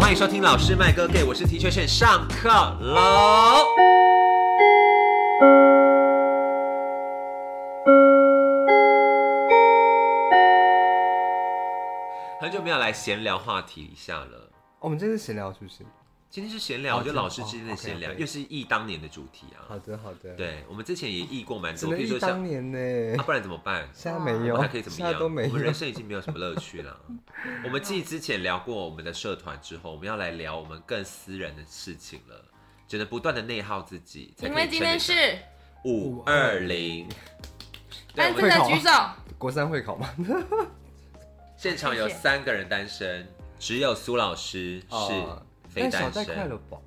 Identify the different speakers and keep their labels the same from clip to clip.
Speaker 1: 欢迎收听老师麦哥给，我是 T 恤线上课喽。很久没有来闲聊话题一下了，
Speaker 2: 哦我们这次闲聊是不是？
Speaker 1: 今天是闲聊，
Speaker 2: 哦
Speaker 1: 我觉得
Speaker 2: 真的
Speaker 1: 老师之间的
Speaker 2: 哦，OK，OK
Speaker 1: 闲聊，又是忆当年的主题啊
Speaker 2: 好。的，好的。，
Speaker 1: 对，我们之前也忆过蛮
Speaker 2: 只
Speaker 1: 多，
Speaker 2: 能
Speaker 1: 比如
Speaker 2: 忆
Speaker 1: 说像
Speaker 2: 当年呢、
Speaker 1: 啊，不然怎么办？
Speaker 2: 现在没
Speaker 1: 我
Speaker 2: 有，
Speaker 1: 们还可以怎么
Speaker 2: 现在
Speaker 1: 样？
Speaker 2: 都没
Speaker 1: 我们
Speaker 2: 有
Speaker 1: 人。生已经没有什么乐趣了。我们继之前聊过我们的社团之后，我们要来聊我们更私人的事情了，只能不断的内耗自己。才
Speaker 3: 因
Speaker 1: 可以
Speaker 3: 为今天
Speaker 1: 撑得
Speaker 3: 是
Speaker 1: 下五二零， 对，
Speaker 3: 单
Speaker 1: 我啊
Speaker 3: 身
Speaker 1: 们
Speaker 3: 的举手，
Speaker 2: 国三会考吗？
Speaker 1: 现场有
Speaker 3: 谢谢
Speaker 1: 三个人单身，只有苏老师
Speaker 2: 哦
Speaker 1: 是非
Speaker 2: 但小
Speaker 1: 单
Speaker 2: 戴快乐
Speaker 1: 身。
Speaker 2: 吧？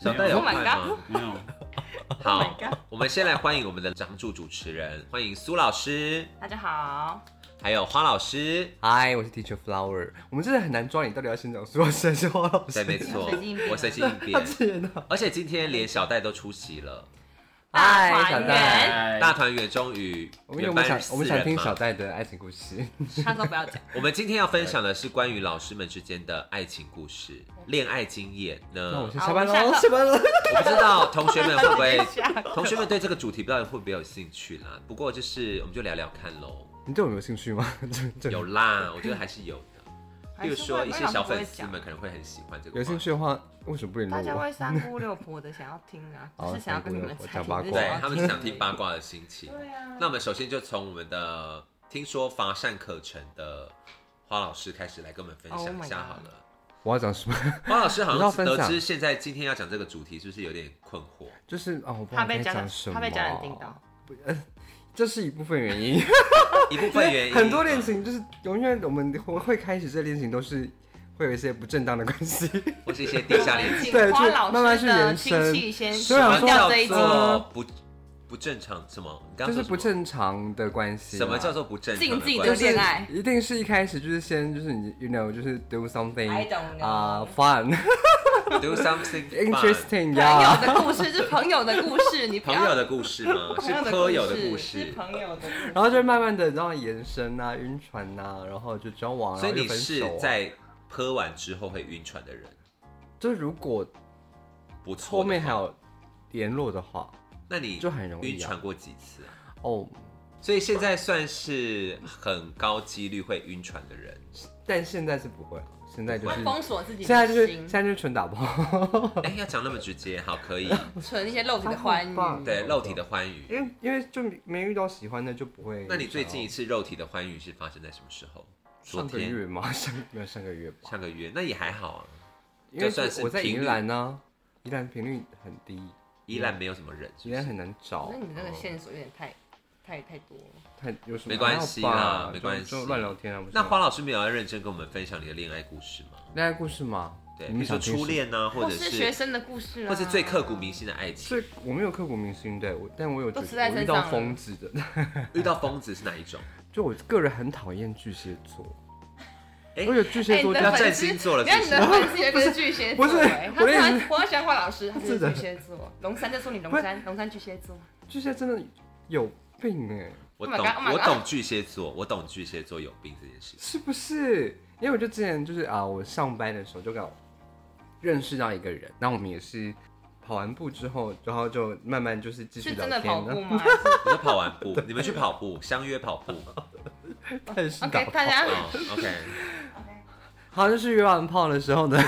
Speaker 1: 小戴有
Speaker 3: Oh my
Speaker 1: 快吗？
Speaker 4: 没有，
Speaker 3: Oh
Speaker 1: 好
Speaker 3: my god，
Speaker 1: 我们先来欢迎我们的常驻主持人，欢迎苏老师，
Speaker 3: 大家好，
Speaker 1: 还有花老师。
Speaker 2: 嗨，我是 Teacher Flower。我们真的很难抓你到底要先讲苏老师还是花老师
Speaker 1: 对，？没错
Speaker 3: 我随机应，
Speaker 1: 我随机应
Speaker 2: 他
Speaker 3: 变
Speaker 1: 变。
Speaker 2: 自啊己的。
Speaker 1: 而且今天连小戴都出席了，
Speaker 3: 大
Speaker 2: 嗨，小
Speaker 3: 团
Speaker 2: 戴。
Speaker 3: 圆，
Speaker 4: 哎
Speaker 1: 大团圆终于
Speaker 2: 我们
Speaker 1: 原
Speaker 2: 我们想
Speaker 1: 班四
Speaker 2: 我们想
Speaker 1: 人
Speaker 2: 听
Speaker 1: 嘛嗯
Speaker 2: 小戴的爱情故事，
Speaker 3: 他说不要 讲，
Speaker 1: 我们今天要分享的是关于老师们之间的爱情故事、恋爱经验呢。
Speaker 2: 那我
Speaker 1: 我
Speaker 2: 先下班喽
Speaker 3: 好我，们下课
Speaker 2: 下班喽。
Speaker 1: 不知道同学们会不会，
Speaker 3: 下课
Speaker 1: 同学们对这个主题不知道会不会有兴趣啦。不过就是我们就聊聊看喽。
Speaker 2: 你对我们有兴趣吗？ 这这
Speaker 1: 有啦，我觉得还是有的。
Speaker 3: 还
Speaker 1: 比
Speaker 3: 是
Speaker 1: 如
Speaker 3: 会
Speaker 1: 说一些小粉丝，
Speaker 3: 因为
Speaker 1: 们可能会很喜欢这个。
Speaker 2: 有兴？趣的话，为什么不联
Speaker 3: 老师会讲大家
Speaker 2: 络我？
Speaker 3: 会三姑六婆的想要听啊，
Speaker 2: 好
Speaker 1: 哦
Speaker 3: 不是想要跟你们
Speaker 2: 三
Speaker 3: 猜
Speaker 2: 姑六婆讲
Speaker 3: 你是
Speaker 2: 八
Speaker 1: 对
Speaker 2: 卦
Speaker 3: 想
Speaker 1: 他
Speaker 3: 要
Speaker 1: 们是想听八卦的心情。
Speaker 3: 对啊，
Speaker 1: 那我们首先就从我们的听说乏善可陈的花老师开始来跟我们分享一下
Speaker 3: Oh my
Speaker 1: 好
Speaker 3: god
Speaker 1: 了。
Speaker 2: 我要讲什么？
Speaker 1: 花老师好
Speaker 2: 你要
Speaker 1: 像
Speaker 2: 分
Speaker 1: 得
Speaker 2: 享
Speaker 1: 知现在今天要讲这个主题，是不是有点困惑？
Speaker 2: 就是哦，我不知道
Speaker 3: 怕被
Speaker 2: 该
Speaker 3: 家
Speaker 2: 讲
Speaker 3: 长
Speaker 2: 什
Speaker 1: 啊
Speaker 2: 么。
Speaker 3: 怕被家长听到，
Speaker 2: 这是一部分原因。
Speaker 1: 一部分原因，
Speaker 2: 很多恋情就是永远我们会会开始这恋情都是会有一些不正当的关 系，
Speaker 1: 呃或是一些地下恋 情，
Speaker 2: 对
Speaker 3: 花
Speaker 2: 去
Speaker 3: 老
Speaker 2: 慢慢
Speaker 3: 师
Speaker 2: 去
Speaker 3: 的
Speaker 2: 延
Speaker 3: 亲
Speaker 2: 伸
Speaker 3: 戚先
Speaker 2: 虽然
Speaker 3: 停
Speaker 2: 说
Speaker 3: 掉这一集
Speaker 1: 什么，叫做不不正常？什么？你刚刚
Speaker 2: 就是
Speaker 1: 说
Speaker 2: 不啊
Speaker 1: 什么
Speaker 2: 正常的关系啦。
Speaker 1: 什么叫做不正常
Speaker 3: 禁
Speaker 1: 的
Speaker 3: 忌的
Speaker 1: 关
Speaker 2: 就是
Speaker 1: 系？
Speaker 3: 恋爱
Speaker 2: 一定是一开始就是先就是你 you know 就是 do
Speaker 3: I
Speaker 2: something
Speaker 3: don't
Speaker 2: 啊
Speaker 3: know。
Speaker 2: fun
Speaker 1: Do something fun。
Speaker 2: interesting
Speaker 3: 朋友
Speaker 2: 呀。
Speaker 3: 的故事是朋友的故事，你不
Speaker 1: 啊朋
Speaker 3: 要
Speaker 1: 友的故事吗？是
Speaker 3: 朋
Speaker 1: 朋友
Speaker 3: 友
Speaker 1: 的故
Speaker 3: 是
Speaker 1: 事。
Speaker 3: 朋友的故事。
Speaker 2: 然后就慢慢的，然后延伸啊，晕船呐、然后就交往，
Speaker 1: 所以
Speaker 2: 然后
Speaker 1: 你
Speaker 2: 就分
Speaker 1: 是
Speaker 2: 手啊
Speaker 1: 在喝完之后会晕船的人，
Speaker 2: 就是如果
Speaker 1: 不错。
Speaker 2: 后面还，有联络的话，
Speaker 1: 那你
Speaker 2: 就很容易啊
Speaker 1: 晕船过几次啊？
Speaker 2: 哦，
Speaker 1: 所以现在算是很高几率会晕船的人。 但
Speaker 2: 但现在是不会，现在就是
Speaker 3: 他封锁自己
Speaker 2: 现在
Speaker 3: 的
Speaker 2: 就是
Speaker 3: 心
Speaker 2: 现，在就是纯打炮，
Speaker 1: 哎、要讲那么直接，好，可 以。
Speaker 3: 存一些肉体的欢愉。
Speaker 2: 他好棒
Speaker 1: 对，肉体的欢愉。
Speaker 2: 因为因为就没遇到喜欢的就不会。
Speaker 1: 那你最近一次肉体的欢愉是发生在什么时候？昨
Speaker 2: 上个
Speaker 1: 天、
Speaker 2: 月吗？ 上没有上个月吧？
Speaker 1: 上个月，那也还好啊。
Speaker 2: 因为
Speaker 1: 就算是
Speaker 2: 我在
Speaker 1: 频
Speaker 2: 宜
Speaker 1: 率
Speaker 2: 兰呢、宜兰频率很低，
Speaker 1: 依然没有什么人，
Speaker 2: 宜兰很难找
Speaker 3: 那。你这个线索有点太太太多了。
Speaker 2: 太有什么
Speaker 1: 没关系啦
Speaker 2: 还好吧
Speaker 1: 没关系
Speaker 2: 就就乱聊天啊。不是吗
Speaker 1: 那花老师没有要认真跟我们分享你的恋爱故事吗？
Speaker 2: 恋爱故事吗？
Speaker 1: 对，
Speaker 2: 你
Speaker 1: 比
Speaker 2: 们
Speaker 1: 如说
Speaker 2: 想听
Speaker 1: 初恋呢、啊，或者
Speaker 3: 是学
Speaker 1: 是
Speaker 3: 生的故事啊，
Speaker 1: 或是最刻骨铭心的爱
Speaker 2: 什
Speaker 1: 情。
Speaker 2: 么。是我没有刻骨铭心对，我但我有
Speaker 3: 都
Speaker 2: 觉
Speaker 3: 吃在
Speaker 2: 得我遇
Speaker 3: 身
Speaker 2: 到
Speaker 3: 上了
Speaker 2: 疯子的，
Speaker 1: 遇到疯子是哪一种？
Speaker 2: 就我个人很讨厌巨蟹 座，
Speaker 1: 哎
Speaker 2: 我有巨蟹座
Speaker 3: 哎
Speaker 2: 就
Speaker 3: 你的
Speaker 1: 要
Speaker 3: 粉丝
Speaker 1: 占星座了
Speaker 3: 你看
Speaker 1: 是
Speaker 3: 你
Speaker 1: 不是
Speaker 3: 的？粉丝有一个是巨蟹座，
Speaker 2: 不是
Speaker 3: 哎他
Speaker 2: 我的意思
Speaker 3: 喜欢我喜欢画老师，他是
Speaker 2: 是的
Speaker 3: 巨蟹座，龙山就说你龙山，龙山巨蟹座，
Speaker 2: 巨蟹真的有病哎、
Speaker 1: 我
Speaker 3: Oh my
Speaker 1: 懂
Speaker 3: god, oh my，
Speaker 1: 我
Speaker 3: god
Speaker 1: 懂巨蟹座，我懂巨蟹座有病这件事情。
Speaker 2: 是不是？因为我就之前就是啊，我上班的时候就刚好认识到一个人，那我们也是跑完步之后，然后就慢慢就是继续
Speaker 3: 是
Speaker 2: 聊
Speaker 3: 真的跑
Speaker 2: 天
Speaker 3: 步
Speaker 2: 呢。
Speaker 3: 吗？还是
Speaker 1: 你说跑完步，你们去跑步，相约跑步。
Speaker 2: 但是
Speaker 3: OK，
Speaker 2: 打
Speaker 3: 大家
Speaker 1: 哦 OK，
Speaker 2: 好，就是约完炮的时候呢，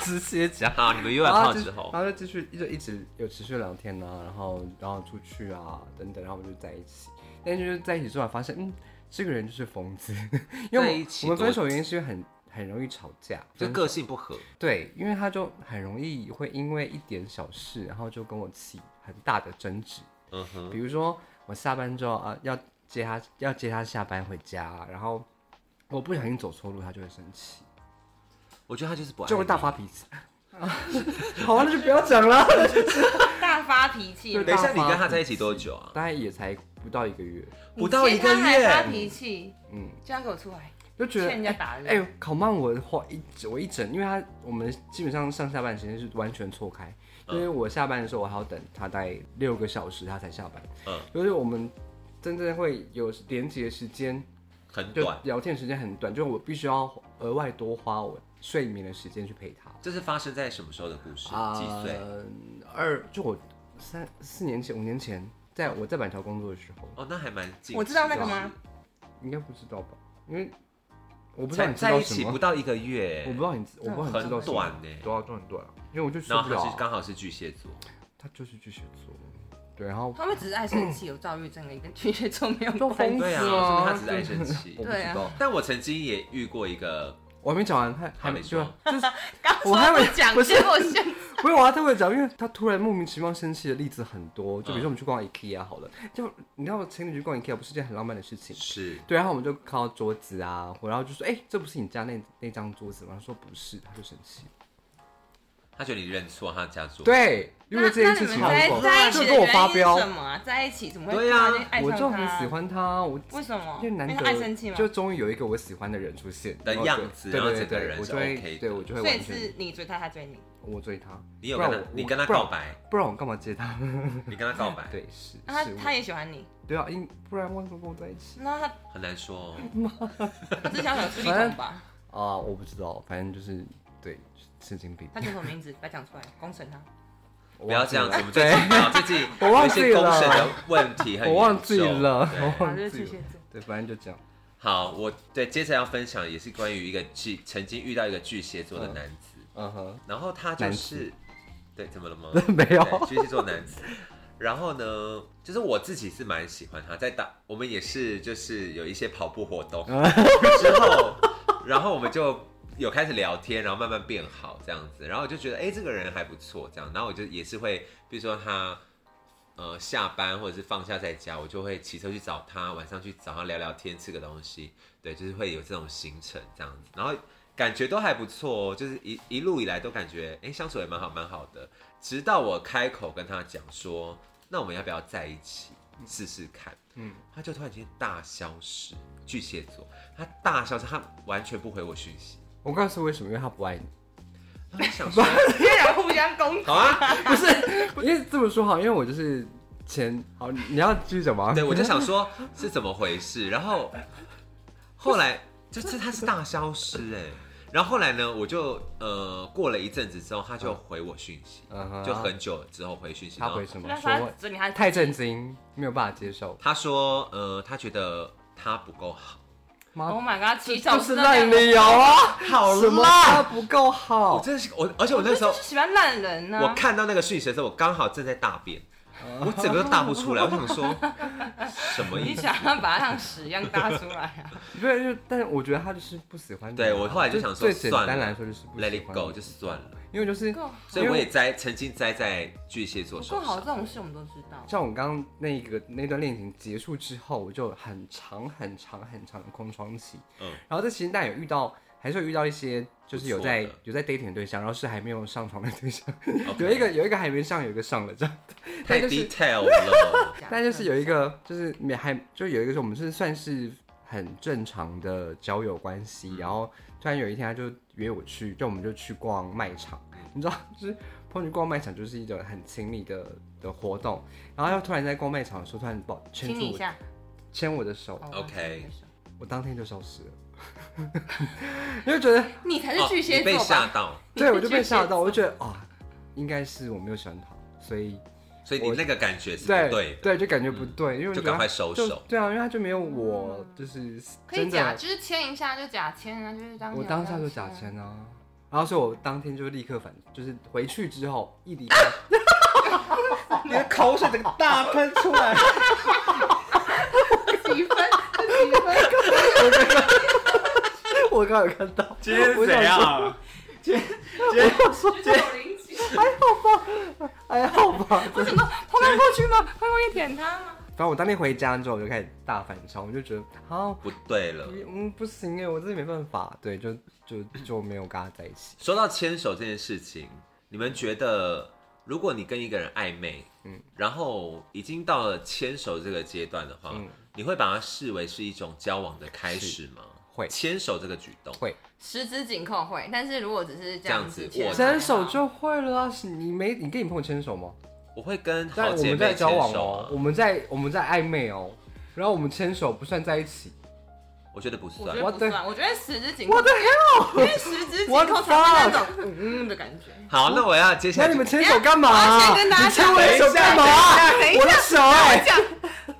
Speaker 2: 直接讲。
Speaker 1: 好，你们约完
Speaker 2: 然后
Speaker 1: 炮
Speaker 2: 就
Speaker 1: 之后，
Speaker 2: 然后就继续就一直有持续聊天啊，然后然后出去啊等等，然后我们就在一起。但就是在一起之后发现，嗯，这个人就是疯子， 因
Speaker 1: 在
Speaker 2: 为
Speaker 1: 一
Speaker 2: 我
Speaker 1: 起
Speaker 2: 我们
Speaker 1: 多
Speaker 2: 分手原因是因为很很容易吵架，
Speaker 1: 就个性不合，
Speaker 2: 对，因为他就很容易会因为一点小事，然后就跟我起很大的争执。
Speaker 1: 嗯哼，
Speaker 2: 比如说我下班之后啊，要接他，要接他下班回家，然后我不小心走错路，他就会生气，
Speaker 1: 我觉得他就是不爱你，
Speaker 2: 就会大发脾气。 好啊，那就不要讲了。
Speaker 3: 大发脾气
Speaker 2: 对
Speaker 1: 等一下，
Speaker 2: 大
Speaker 1: 你
Speaker 2: 发
Speaker 1: 跟他
Speaker 2: 脾
Speaker 1: 在一起
Speaker 2: 气
Speaker 1: 多久啊？
Speaker 2: 大概也才不到一个月，
Speaker 1: 不到一个
Speaker 3: 你见他还发
Speaker 1: 月，
Speaker 3: 脾气，
Speaker 2: 嗯，
Speaker 3: 这样给我出来，
Speaker 2: 就觉
Speaker 3: 欠
Speaker 2: 得
Speaker 3: 人家打
Speaker 2: 哎、
Speaker 3: 人。
Speaker 2: 呦，考慢我花一整我一整，因为他我们基本上上下班时间是完全错开，
Speaker 1: 嗯
Speaker 2: 因为我下班的时候我还要等他大概六个小时他才下班，
Speaker 1: 嗯
Speaker 2: 所以我们真正会有连接时间
Speaker 1: 很
Speaker 2: 就
Speaker 1: 短，
Speaker 2: 聊天时间很短，就我必须要额外多花我睡眠的时间去陪他。
Speaker 1: 这是发生在什么时候的故事？
Speaker 2: 啊，
Speaker 1: 几岁？
Speaker 2: 二就我三四年前五年前，在我在板桥工作的时候，
Speaker 1: 哦，那还蛮近。
Speaker 3: 我知道那个吗？
Speaker 2: 应该不知道吧？因为我不知道
Speaker 1: 才
Speaker 2: 你知
Speaker 1: 在
Speaker 2: 道
Speaker 1: 一
Speaker 2: 什
Speaker 1: 起
Speaker 2: 么
Speaker 1: 不，到一个月，
Speaker 2: 我不知道你知，我不知道你知道
Speaker 1: 很
Speaker 2: 什么，
Speaker 1: 短呢。
Speaker 2: 对啊，就很短啊，因为我就受
Speaker 1: 然
Speaker 2: 不
Speaker 1: 后
Speaker 2: 了
Speaker 1: 他是
Speaker 2: 啊。
Speaker 1: 刚好是巨蟹座，
Speaker 2: 他就是巨蟹座，对，然后
Speaker 3: 他们只是爱生气、有躁郁症而已，跟巨蟹座没有
Speaker 2: 就
Speaker 3: 关
Speaker 2: 疯
Speaker 3: 系。
Speaker 1: 对啊，
Speaker 2: 是
Speaker 1: 说
Speaker 2: 啊
Speaker 1: 明他只是爱生气
Speaker 2: 我。不
Speaker 3: 对
Speaker 2: 知
Speaker 3: 啊
Speaker 2: 道，
Speaker 1: 但我曾经也遇过一个，
Speaker 2: 我还没讲完，他
Speaker 1: 还没说
Speaker 2: 对就是
Speaker 3: 刚
Speaker 2: 我还
Speaker 3: 说
Speaker 2: 没
Speaker 3: 不讲，
Speaker 2: 不是
Speaker 3: 结果现
Speaker 2: 不是我要特别讲，因为他突然莫名其妙生气的例子很多，就比如
Speaker 1: 嗯
Speaker 2: 说我们去逛 IKEA 好了，就你知道情侣去逛 IKEA 不是件很浪漫的事情，
Speaker 1: 是
Speaker 2: 对，然后我们就看到桌子啊，然后就说：“哎、这不是你家那那张桌子吗？”他说：“不是。”他就生气。
Speaker 1: 他觉得你认错他家座，
Speaker 2: 对，因
Speaker 3: 那
Speaker 2: 为这
Speaker 3: 那
Speaker 2: 件
Speaker 3: 你
Speaker 2: 事
Speaker 3: 们
Speaker 2: 情
Speaker 3: 在
Speaker 2: 很
Speaker 3: 在一
Speaker 2: 就
Speaker 3: 起的
Speaker 2: 跟我
Speaker 3: 原
Speaker 2: 发
Speaker 3: 因
Speaker 2: 飙
Speaker 3: 是，什么啊？在一起怎么会
Speaker 1: 对啊
Speaker 3: 突然间爱上
Speaker 2: 我
Speaker 3: 他？
Speaker 2: 就很喜欢他，我
Speaker 3: 为什么？
Speaker 2: 因为难
Speaker 3: 因为
Speaker 2: 得
Speaker 3: 他爱生气吗？
Speaker 2: 就终于有一个我喜欢的人出现
Speaker 1: 的
Speaker 2: 然后
Speaker 1: 样
Speaker 2: 对
Speaker 1: 子
Speaker 2: 对
Speaker 1: 然后
Speaker 2: 对
Speaker 1: 整个
Speaker 2: 对，
Speaker 1: 人
Speaker 2: 我
Speaker 1: 是
Speaker 2: 就会
Speaker 1: OK 的
Speaker 2: 对我就会
Speaker 3: 所以
Speaker 2: 完全
Speaker 3: 是你追他，他追你。
Speaker 2: 我追他，
Speaker 1: 你有
Speaker 2: 不然
Speaker 1: 跟他
Speaker 2: 我，
Speaker 1: 你跟他
Speaker 2: 不然
Speaker 1: 告白，
Speaker 2: 不然我干嘛接他？
Speaker 1: 你跟他告白，
Speaker 2: 对，是
Speaker 3: 那他
Speaker 2: 是我
Speaker 3: 他也喜欢你，
Speaker 2: 对啊，因不然为什么跟我在一起
Speaker 3: 那他
Speaker 1: 很难说哦。
Speaker 3: 他只想想出力桶吧？
Speaker 2: 啊？我不知道，反正就是对神经病，
Speaker 3: 他叫什么名字？把它讲出来，公审他。
Speaker 2: 我
Speaker 1: 不要
Speaker 2: 忘记
Speaker 1: 这样子，
Speaker 2: 了
Speaker 1: 我们最近啊最近
Speaker 2: 我忘
Speaker 1: 有一
Speaker 2: 记
Speaker 1: 些公审的
Speaker 2: 了，
Speaker 1: 问题很
Speaker 2: 我
Speaker 1: 严重
Speaker 2: 忘记了，
Speaker 1: 对
Speaker 2: 我
Speaker 3: 啊，
Speaker 2: 忘
Speaker 3: 就
Speaker 2: 记
Speaker 3: 是
Speaker 2: 了
Speaker 3: 巨蟹座。
Speaker 2: 对，反正就这样。
Speaker 1: 好，我对接下来要分享也是关于一个巨，曾经遇到一个巨蟹座的男子，
Speaker 2: 嗯哼，
Speaker 1: 然后他就
Speaker 2: 男
Speaker 1: 是，对，怎么了 吗？
Speaker 2: 没有
Speaker 1: 对巨蟹座男子。然后呢，就是我自己是蛮喜欢他，在打我们也是就是有一些跑步活动之后，然后我们就有开始聊天，然后慢慢变好这样子，然后我就觉得哎、诶这个人还不错这样，然后我就也是会，比如说他呃下班或者是放假在家，我就会骑车去找他，晚上去找他聊聊天，吃个东西，对，就是会有这种行程这样子，然后感觉都还不错、哦，就是一一路以来都感觉哎、诶相处也蛮好蛮好的，直到我开口跟他讲说，那我们要不要在一起试试看？嗯
Speaker 2: 嗯，
Speaker 1: 他就突然间大消失，巨蟹座，他大消失，他完全不回我讯息。
Speaker 2: 我告诉为什么，因为他不爱你。
Speaker 1: 我就想说，
Speaker 3: 因为 然后互相攻击。
Speaker 1: 好啊，
Speaker 2: 不是，因为这么说好，因为我就是前好，你要继续讲吗？
Speaker 1: 对我就想说是怎么回事，然后后来就是他是大消失哎、然后后来呢，我就呃过了一阵子之后，他就回我讯息，
Speaker 2: 嗯哼
Speaker 1: 就很久之后回讯息，
Speaker 2: 他
Speaker 1: 然后
Speaker 2: 回什么
Speaker 3: 那？他
Speaker 2: 说
Speaker 3: 所以你还
Speaker 2: 太震惊，没有办法接受。
Speaker 1: 他说呃他觉得他不够好。
Speaker 2: 妈
Speaker 3: ，Oh，my god，起手
Speaker 2: 这是烂理由啊！
Speaker 1: 好
Speaker 2: 什么
Speaker 1: 啦
Speaker 2: 他不够
Speaker 1: 我
Speaker 2: 好？
Speaker 1: 真的是我，而且
Speaker 3: 我
Speaker 1: 我那时候
Speaker 3: 就是喜欢烂人呢、啊
Speaker 1: 我看到那个讯息的时候，我刚好正在大便，
Speaker 2: 哦
Speaker 1: 我整个都大不出来。我想 说，什么
Speaker 3: 你
Speaker 1: 意思？
Speaker 3: 想要把它像屎一样搭出来 啊？
Speaker 2: 对，就但我觉得他就是不喜欢你啊。
Speaker 1: 对我后来就想说
Speaker 2: 最简
Speaker 1: 算了
Speaker 2: 单来说就是不喜欢
Speaker 1: Let
Speaker 2: 你
Speaker 1: it go，就是算了。
Speaker 2: 因为就是
Speaker 3: 不够好，
Speaker 1: 所以我也栽，曾经栽在巨蟹座
Speaker 3: 不
Speaker 1: 手
Speaker 3: 够好这
Speaker 1: 上。
Speaker 3: 种事我们都知道。
Speaker 2: 像我刚刚那个那段恋情结束之后，我就很长很长很长的空窗期。
Speaker 1: 嗯
Speaker 2: 嗯，然后这期但有遇到，还是有遇到一些就是有在
Speaker 1: 不错的
Speaker 2: 有在 dating 的对象，然后是还没有上床的对象，
Speaker 1: OK
Speaker 2: 有一个有一个还没上，有一个上了这样。
Speaker 1: 太
Speaker 2: 但就是
Speaker 1: detail 了，
Speaker 2: 但就是有一个就是没还就有一个是我们是算是很正常的交友关系，
Speaker 3: 嗯
Speaker 2: 然后突然有一天他就约我去，就我们就去逛卖场，你知道，就是朋友去逛卖场就是一种很亲密的的活动，然后他突然在逛卖场的时候突然抱牵
Speaker 3: 亲你
Speaker 2: 住
Speaker 3: 一
Speaker 2: 我
Speaker 3: 下
Speaker 2: 牵我的手，
Speaker 3: 哦
Speaker 1: OK
Speaker 2: 我当天就消失了， 因为觉得
Speaker 3: 你才是巨
Speaker 1: 哦
Speaker 3: 蟹
Speaker 1: 你被
Speaker 3: 座
Speaker 1: 吓
Speaker 3: 吧？
Speaker 1: 到，
Speaker 3: 你
Speaker 2: 对
Speaker 3: 是
Speaker 2: 我就被
Speaker 3: 巨蟹
Speaker 2: 吓到，
Speaker 3: 座
Speaker 2: 我就觉得啊，应该是我没有喜欢他，所以
Speaker 1: 所以你那个感觉是不
Speaker 2: 对
Speaker 1: 对的，
Speaker 2: 对就感觉不对，因为我
Speaker 1: 就
Speaker 2: 觉得
Speaker 1: 赶
Speaker 2: 他
Speaker 1: 快收
Speaker 2: 就
Speaker 1: 手。
Speaker 2: 对啊，因为他就没有我，就是
Speaker 3: 可以
Speaker 2: 真
Speaker 3: 假，
Speaker 2: 的，
Speaker 3: 就是签一下就假签啊，就是当
Speaker 2: 我当下就假。签啊，然后所以我当天就立刻反，就是回去之后一 离开，你的口水整个大喷出来，
Speaker 3: 几分？这几 分？
Speaker 2: 我刚刚有看到，
Speaker 4: 今天啊
Speaker 2: 我
Speaker 4: 是
Speaker 2: 想
Speaker 4: 怎
Speaker 1: 啊
Speaker 2: 说，
Speaker 4: 样？
Speaker 3: 九零几。
Speaker 2: 还哎好吧，
Speaker 3: 我怎么碰来碰去吗？ 会故意舔他吗？
Speaker 2: 反正我当天回家之后我就开始大反超，我就觉得啊，
Speaker 1: 不对了
Speaker 2: 不。嗯不行哎，我真的没办法，对，就就就没有跟他在一起，
Speaker 1: 说到牵手这件事情，你们觉得，如果你跟一个人暧昧，嗯
Speaker 2: 嗯，
Speaker 1: 然后已经到了牵手这个阶段的话，
Speaker 2: 嗯
Speaker 1: 你会把它视为是一种交往的开始吗？
Speaker 2: 会
Speaker 1: 牵手这个举动，
Speaker 2: 会
Speaker 3: 十指紧扣会，但是如果只是这样
Speaker 1: 这
Speaker 3: 子
Speaker 1: 样子握手
Speaker 3: 牵
Speaker 2: 牵手就会了啊，你没你跟你朋友牵手吗？
Speaker 1: 我会跟好
Speaker 2: 但我
Speaker 1: 姐
Speaker 2: 们
Speaker 1: 妹
Speaker 2: 在
Speaker 1: 牵
Speaker 2: 交往
Speaker 1: 手
Speaker 2: 哦
Speaker 1: 啊，
Speaker 2: 我。们在我们在暧昧哦，然后我们牵手不算在一起，
Speaker 1: 我觉得不
Speaker 3: 我
Speaker 1: 算
Speaker 3: 觉。得不
Speaker 2: What the-
Speaker 3: 算，我觉得十指紧扣
Speaker 2: 我的，
Speaker 3: 因为十指紧
Speaker 2: What
Speaker 3: 扣
Speaker 2: the
Speaker 3: 才会那种嗯嗯的感觉。
Speaker 1: 好，那我要接下
Speaker 2: 那
Speaker 1: 来就
Speaker 2: 你们牵手干嘛、
Speaker 3: 我要先跟大家
Speaker 2: 你牵
Speaker 3: 讲
Speaker 2: 我的手干嘛、
Speaker 3: 等一下
Speaker 2: 我的手哎、
Speaker 3: 我讲，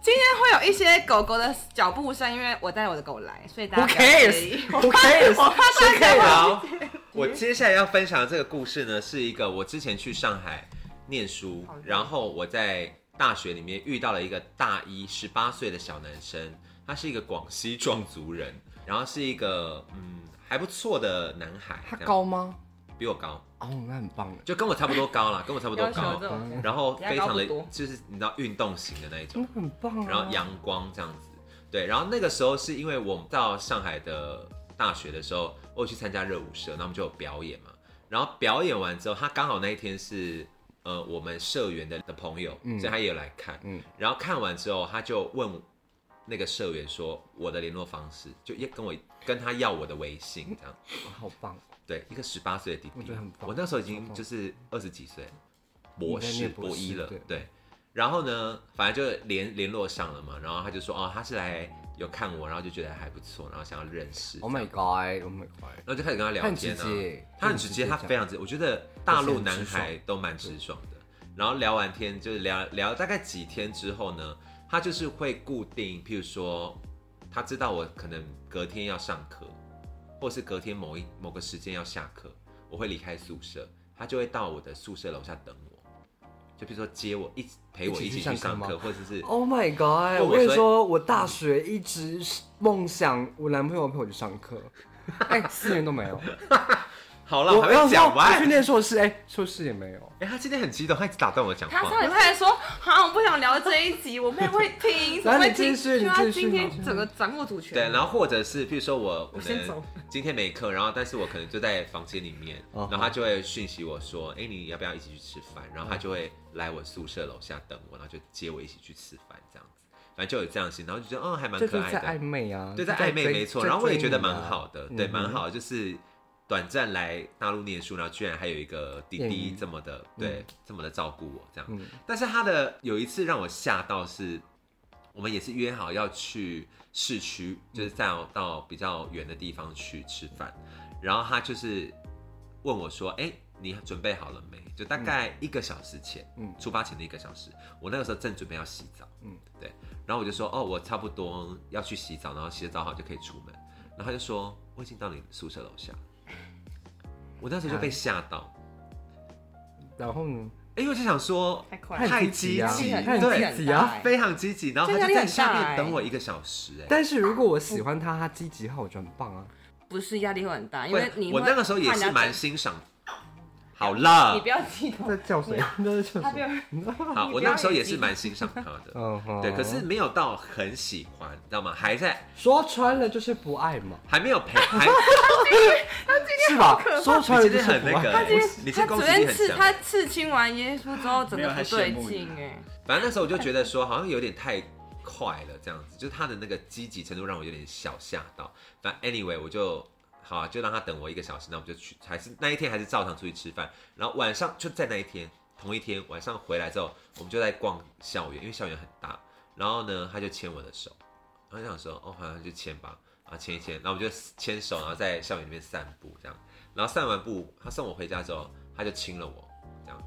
Speaker 3: 今天会有一些狗狗的脚步声，因为我带我的狗来，所以大
Speaker 2: Who
Speaker 3: 家不要介
Speaker 2: cares?
Speaker 3: 意
Speaker 2: Who cares?
Speaker 3: 我怕大家会
Speaker 1: 好，我接下来要分享的这个故事呢，是一个我之前去上海念书
Speaker 3: 好，
Speaker 1: 然后我在大学里面遇到了一个大一十八岁的小男生，他是一个广西壮族人，然后是一个嗯还不错的男孩，
Speaker 2: 他
Speaker 1: 这样
Speaker 2: 高吗？
Speaker 1: 比我高，
Speaker 2: 哦，那很棒
Speaker 1: 就跟我差不多高啦，跟我差不多
Speaker 3: 要求
Speaker 1: 高
Speaker 3: 这，种。
Speaker 1: 然后非常的
Speaker 3: 人家高不多
Speaker 1: 就是你知道运动型的那一种
Speaker 2: 真。的很棒啊！
Speaker 1: 然后阳光这样子。对，然后那个时候是因为我们到上海的大学的时候，我有去参加热舞社，那我们就有表演嘛。然后表演完之后，他刚好那一天是呃我们社员的的朋友，
Speaker 2: 嗯
Speaker 1: 所以他也有来看。
Speaker 2: 嗯
Speaker 1: 然后看完之后，他就问那个社员说我的联络方式，就也跟我跟他要我的微信这样。
Speaker 2: 好棒！
Speaker 1: 对，一个十八岁的弟弟，
Speaker 2: 我觉得很棒
Speaker 1: 那时候已经
Speaker 2: 棒
Speaker 1: 就是二十几岁，博
Speaker 2: 你在
Speaker 1: 士
Speaker 2: 念博
Speaker 1: 博一
Speaker 2: 士
Speaker 1: 了，
Speaker 2: 对
Speaker 1: 对。然后呢，反正就联联络上了嘛，然后他就说，哦，他是来有看我，然后就觉得还不错，然后想要认识
Speaker 2: Oh my god！Oh my god！
Speaker 1: 然后就开始跟他
Speaker 2: 他
Speaker 1: 聊
Speaker 2: 很直
Speaker 1: 天啊。
Speaker 2: 接，
Speaker 1: 他很直接，他非
Speaker 2: 常
Speaker 1: 常直接。我觉得大陆男
Speaker 2: 而且很直
Speaker 1: 孩都蛮直爽的。然后聊完天，就是聊聊大概几天之后呢，他就是会固定，譬如说，他知道我可能隔天要上课，或是隔天某一某个时间要下课，我会离开宿舍，他就会到我的宿舍楼下等我，就比如说接我一起陪我
Speaker 2: 一
Speaker 1: 一
Speaker 2: 起去
Speaker 1: 起
Speaker 2: 上
Speaker 1: 去
Speaker 2: 课
Speaker 1: 上
Speaker 2: 吗
Speaker 1: 课，或者是
Speaker 2: Oh my god！
Speaker 1: 我
Speaker 2: 我跟你
Speaker 1: 所以
Speaker 2: 说，我大学一直梦想我男朋友陪我去上课， 哎，四年都没 有。
Speaker 1: 好了，我
Speaker 2: 我
Speaker 1: 还
Speaker 2: 要
Speaker 1: 没讲完
Speaker 2: 去。念硕士，哎，硕士也没有。
Speaker 1: 哎、他今天很激动，他一直打断我讲
Speaker 3: 他
Speaker 1: 话
Speaker 3: 上。礼拜说：“啊，我不想聊这一集，我妹会 听，怎么会
Speaker 2: 来
Speaker 3: 听？
Speaker 2: 你继续
Speaker 3: 就他
Speaker 2: 你继续
Speaker 3: 今天
Speaker 2: 好
Speaker 3: 整个掌握主权。”
Speaker 1: 对，然后或者是譬如说我
Speaker 3: 我
Speaker 1: 可
Speaker 3: 先
Speaker 1: 能
Speaker 3: 走
Speaker 1: 今天没课，然后但是我可能就在房间里面，
Speaker 2: 哦嗯
Speaker 1: 然后他就会讯息我说，哎，你要不要一起去吃饭？然后他就会来我宿舍楼下等我，然后就接我一起去吃饭这样子，反正就有这样的心，然后就觉得嗯还蛮
Speaker 2: 这
Speaker 1: 可
Speaker 2: 就是
Speaker 1: 爱
Speaker 2: 在暧
Speaker 1: 的，
Speaker 2: 昧啊，
Speaker 1: 对，
Speaker 2: 就
Speaker 1: 在暧昧
Speaker 2: 追
Speaker 1: 没错，
Speaker 2: 在
Speaker 1: 然后我也觉
Speaker 2: 追
Speaker 1: 得
Speaker 2: 你啊
Speaker 1: 蛮好的，对，
Speaker 2: 嗯哼
Speaker 1: 蛮好的，就是短暂来大陆念书，然后居然还有一个弟
Speaker 2: 艳
Speaker 1: 弟
Speaker 2: 遇
Speaker 1: 这么的，对，这么的照顾我这样，
Speaker 2: 嗯
Speaker 1: 但是他的有一次让我吓到是，我们也是约好要去市区，就是再到比较远的地方去吃饭，然后他就是问我说：“哎、你准备好了没？”就大概一个小时前，
Speaker 2: 嗯
Speaker 1: 出发前的一个小时，我那个时候正准备要洗澡，
Speaker 2: 嗯
Speaker 1: 对，然后我就说：“哦，我差不多要去洗澡，然后洗了澡好就可以出门。”然后他就说：“我已经到你宿舍楼下。”我那时
Speaker 3: 嗯
Speaker 1: 候就被吓到，
Speaker 2: 然后呢？
Speaker 1: 因为我就想说
Speaker 3: 太快了
Speaker 1: 太
Speaker 2: 积
Speaker 1: 积
Speaker 2: 极啊
Speaker 1: 极，
Speaker 2: 他很
Speaker 1: 对
Speaker 2: 积极啊
Speaker 1: 非常积极，然后他
Speaker 3: 这压
Speaker 1: 就
Speaker 3: 力
Speaker 1: 在
Speaker 3: 很大
Speaker 1: 下
Speaker 3: 欸
Speaker 1: 面等我一个小时、哎，
Speaker 2: 但是如果我喜欢他，他积极的话，我觉得很棒啊。
Speaker 3: 不是压力会很大，因为
Speaker 1: 会
Speaker 3: 你
Speaker 1: 我
Speaker 3: 会
Speaker 1: 那个时候也
Speaker 3: 怕人
Speaker 1: 是
Speaker 3: 家
Speaker 1: 蛮
Speaker 3: 走
Speaker 1: 欣赏。好了
Speaker 3: 你，不要激 动，
Speaker 2: 在叫谁？啊他在叫
Speaker 3: 他不
Speaker 2: 谁？
Speaker 3: 要
Speaker 1: 好，
Speaker 3: 你
Speaker 1: 我
Speaker 3: 不要
Speaker 1: 那时候
Speaker 3: 演
Speaker 1: 也是
Speaker 3: 技
Speaker 1: 蛮欣赏他 的，
Speaker 2: 嗯哼
Speaker 3: 哦
Speaker 1: 对，可是没有到很喜欢，你知道吗？还在
Speaker 2: 说穿了就是不 爱嘛，
Speaker 1: 还没有 陪，还
Speaker 2: 是吧？说穿
Speaker 1: 你今
Speaker 2: 了就
Speaker 1: 天
Speaker 2: 是
Speaker 1: 很
Speaker 2: 不
Speaker 1: 那个、
Speaker 2: 爱。
Speaker 1: 哎
Speaker 3: 今天
Speaker 1: 你
Speaker 3: 他
Speaker 1: 这攻
Speaker 3: 昨
Speaker 1: 击力
Speaker 3: 天
Speaker 1: 很
Speaker 3: 刺
Speaker 1: 强。
Speaker 3: 他刺青完耶稣之后，整
Speaker 4: 没有
Speaker 3: 个
Speaker 4: 他
Speaker 3: 不对
Speaker 4: 羡慕
Speaker 3: 劲
Speaker 4: 你
Speaker 3: 哎。
Speaker 1: 反正那时候我就觉得说，好像有点太快了，这样子，就是他的那个积极程度让我有点小吓到。反正 anyway，我就好啊、就让他等我一个小时，那我们就去，还是那一天还是照常出去吃饭，然后晚上就在那一天同一天晚上回来之后，我们就在逛校园，因为校园很大。然后呢，他就牵我的手，然后就想说，哦，好像就牵吧，啊，牵一牵，然后我们就牵手，然后在校园里面散步这样。然后散完步，他送我回家之后，他就亲了我，这样，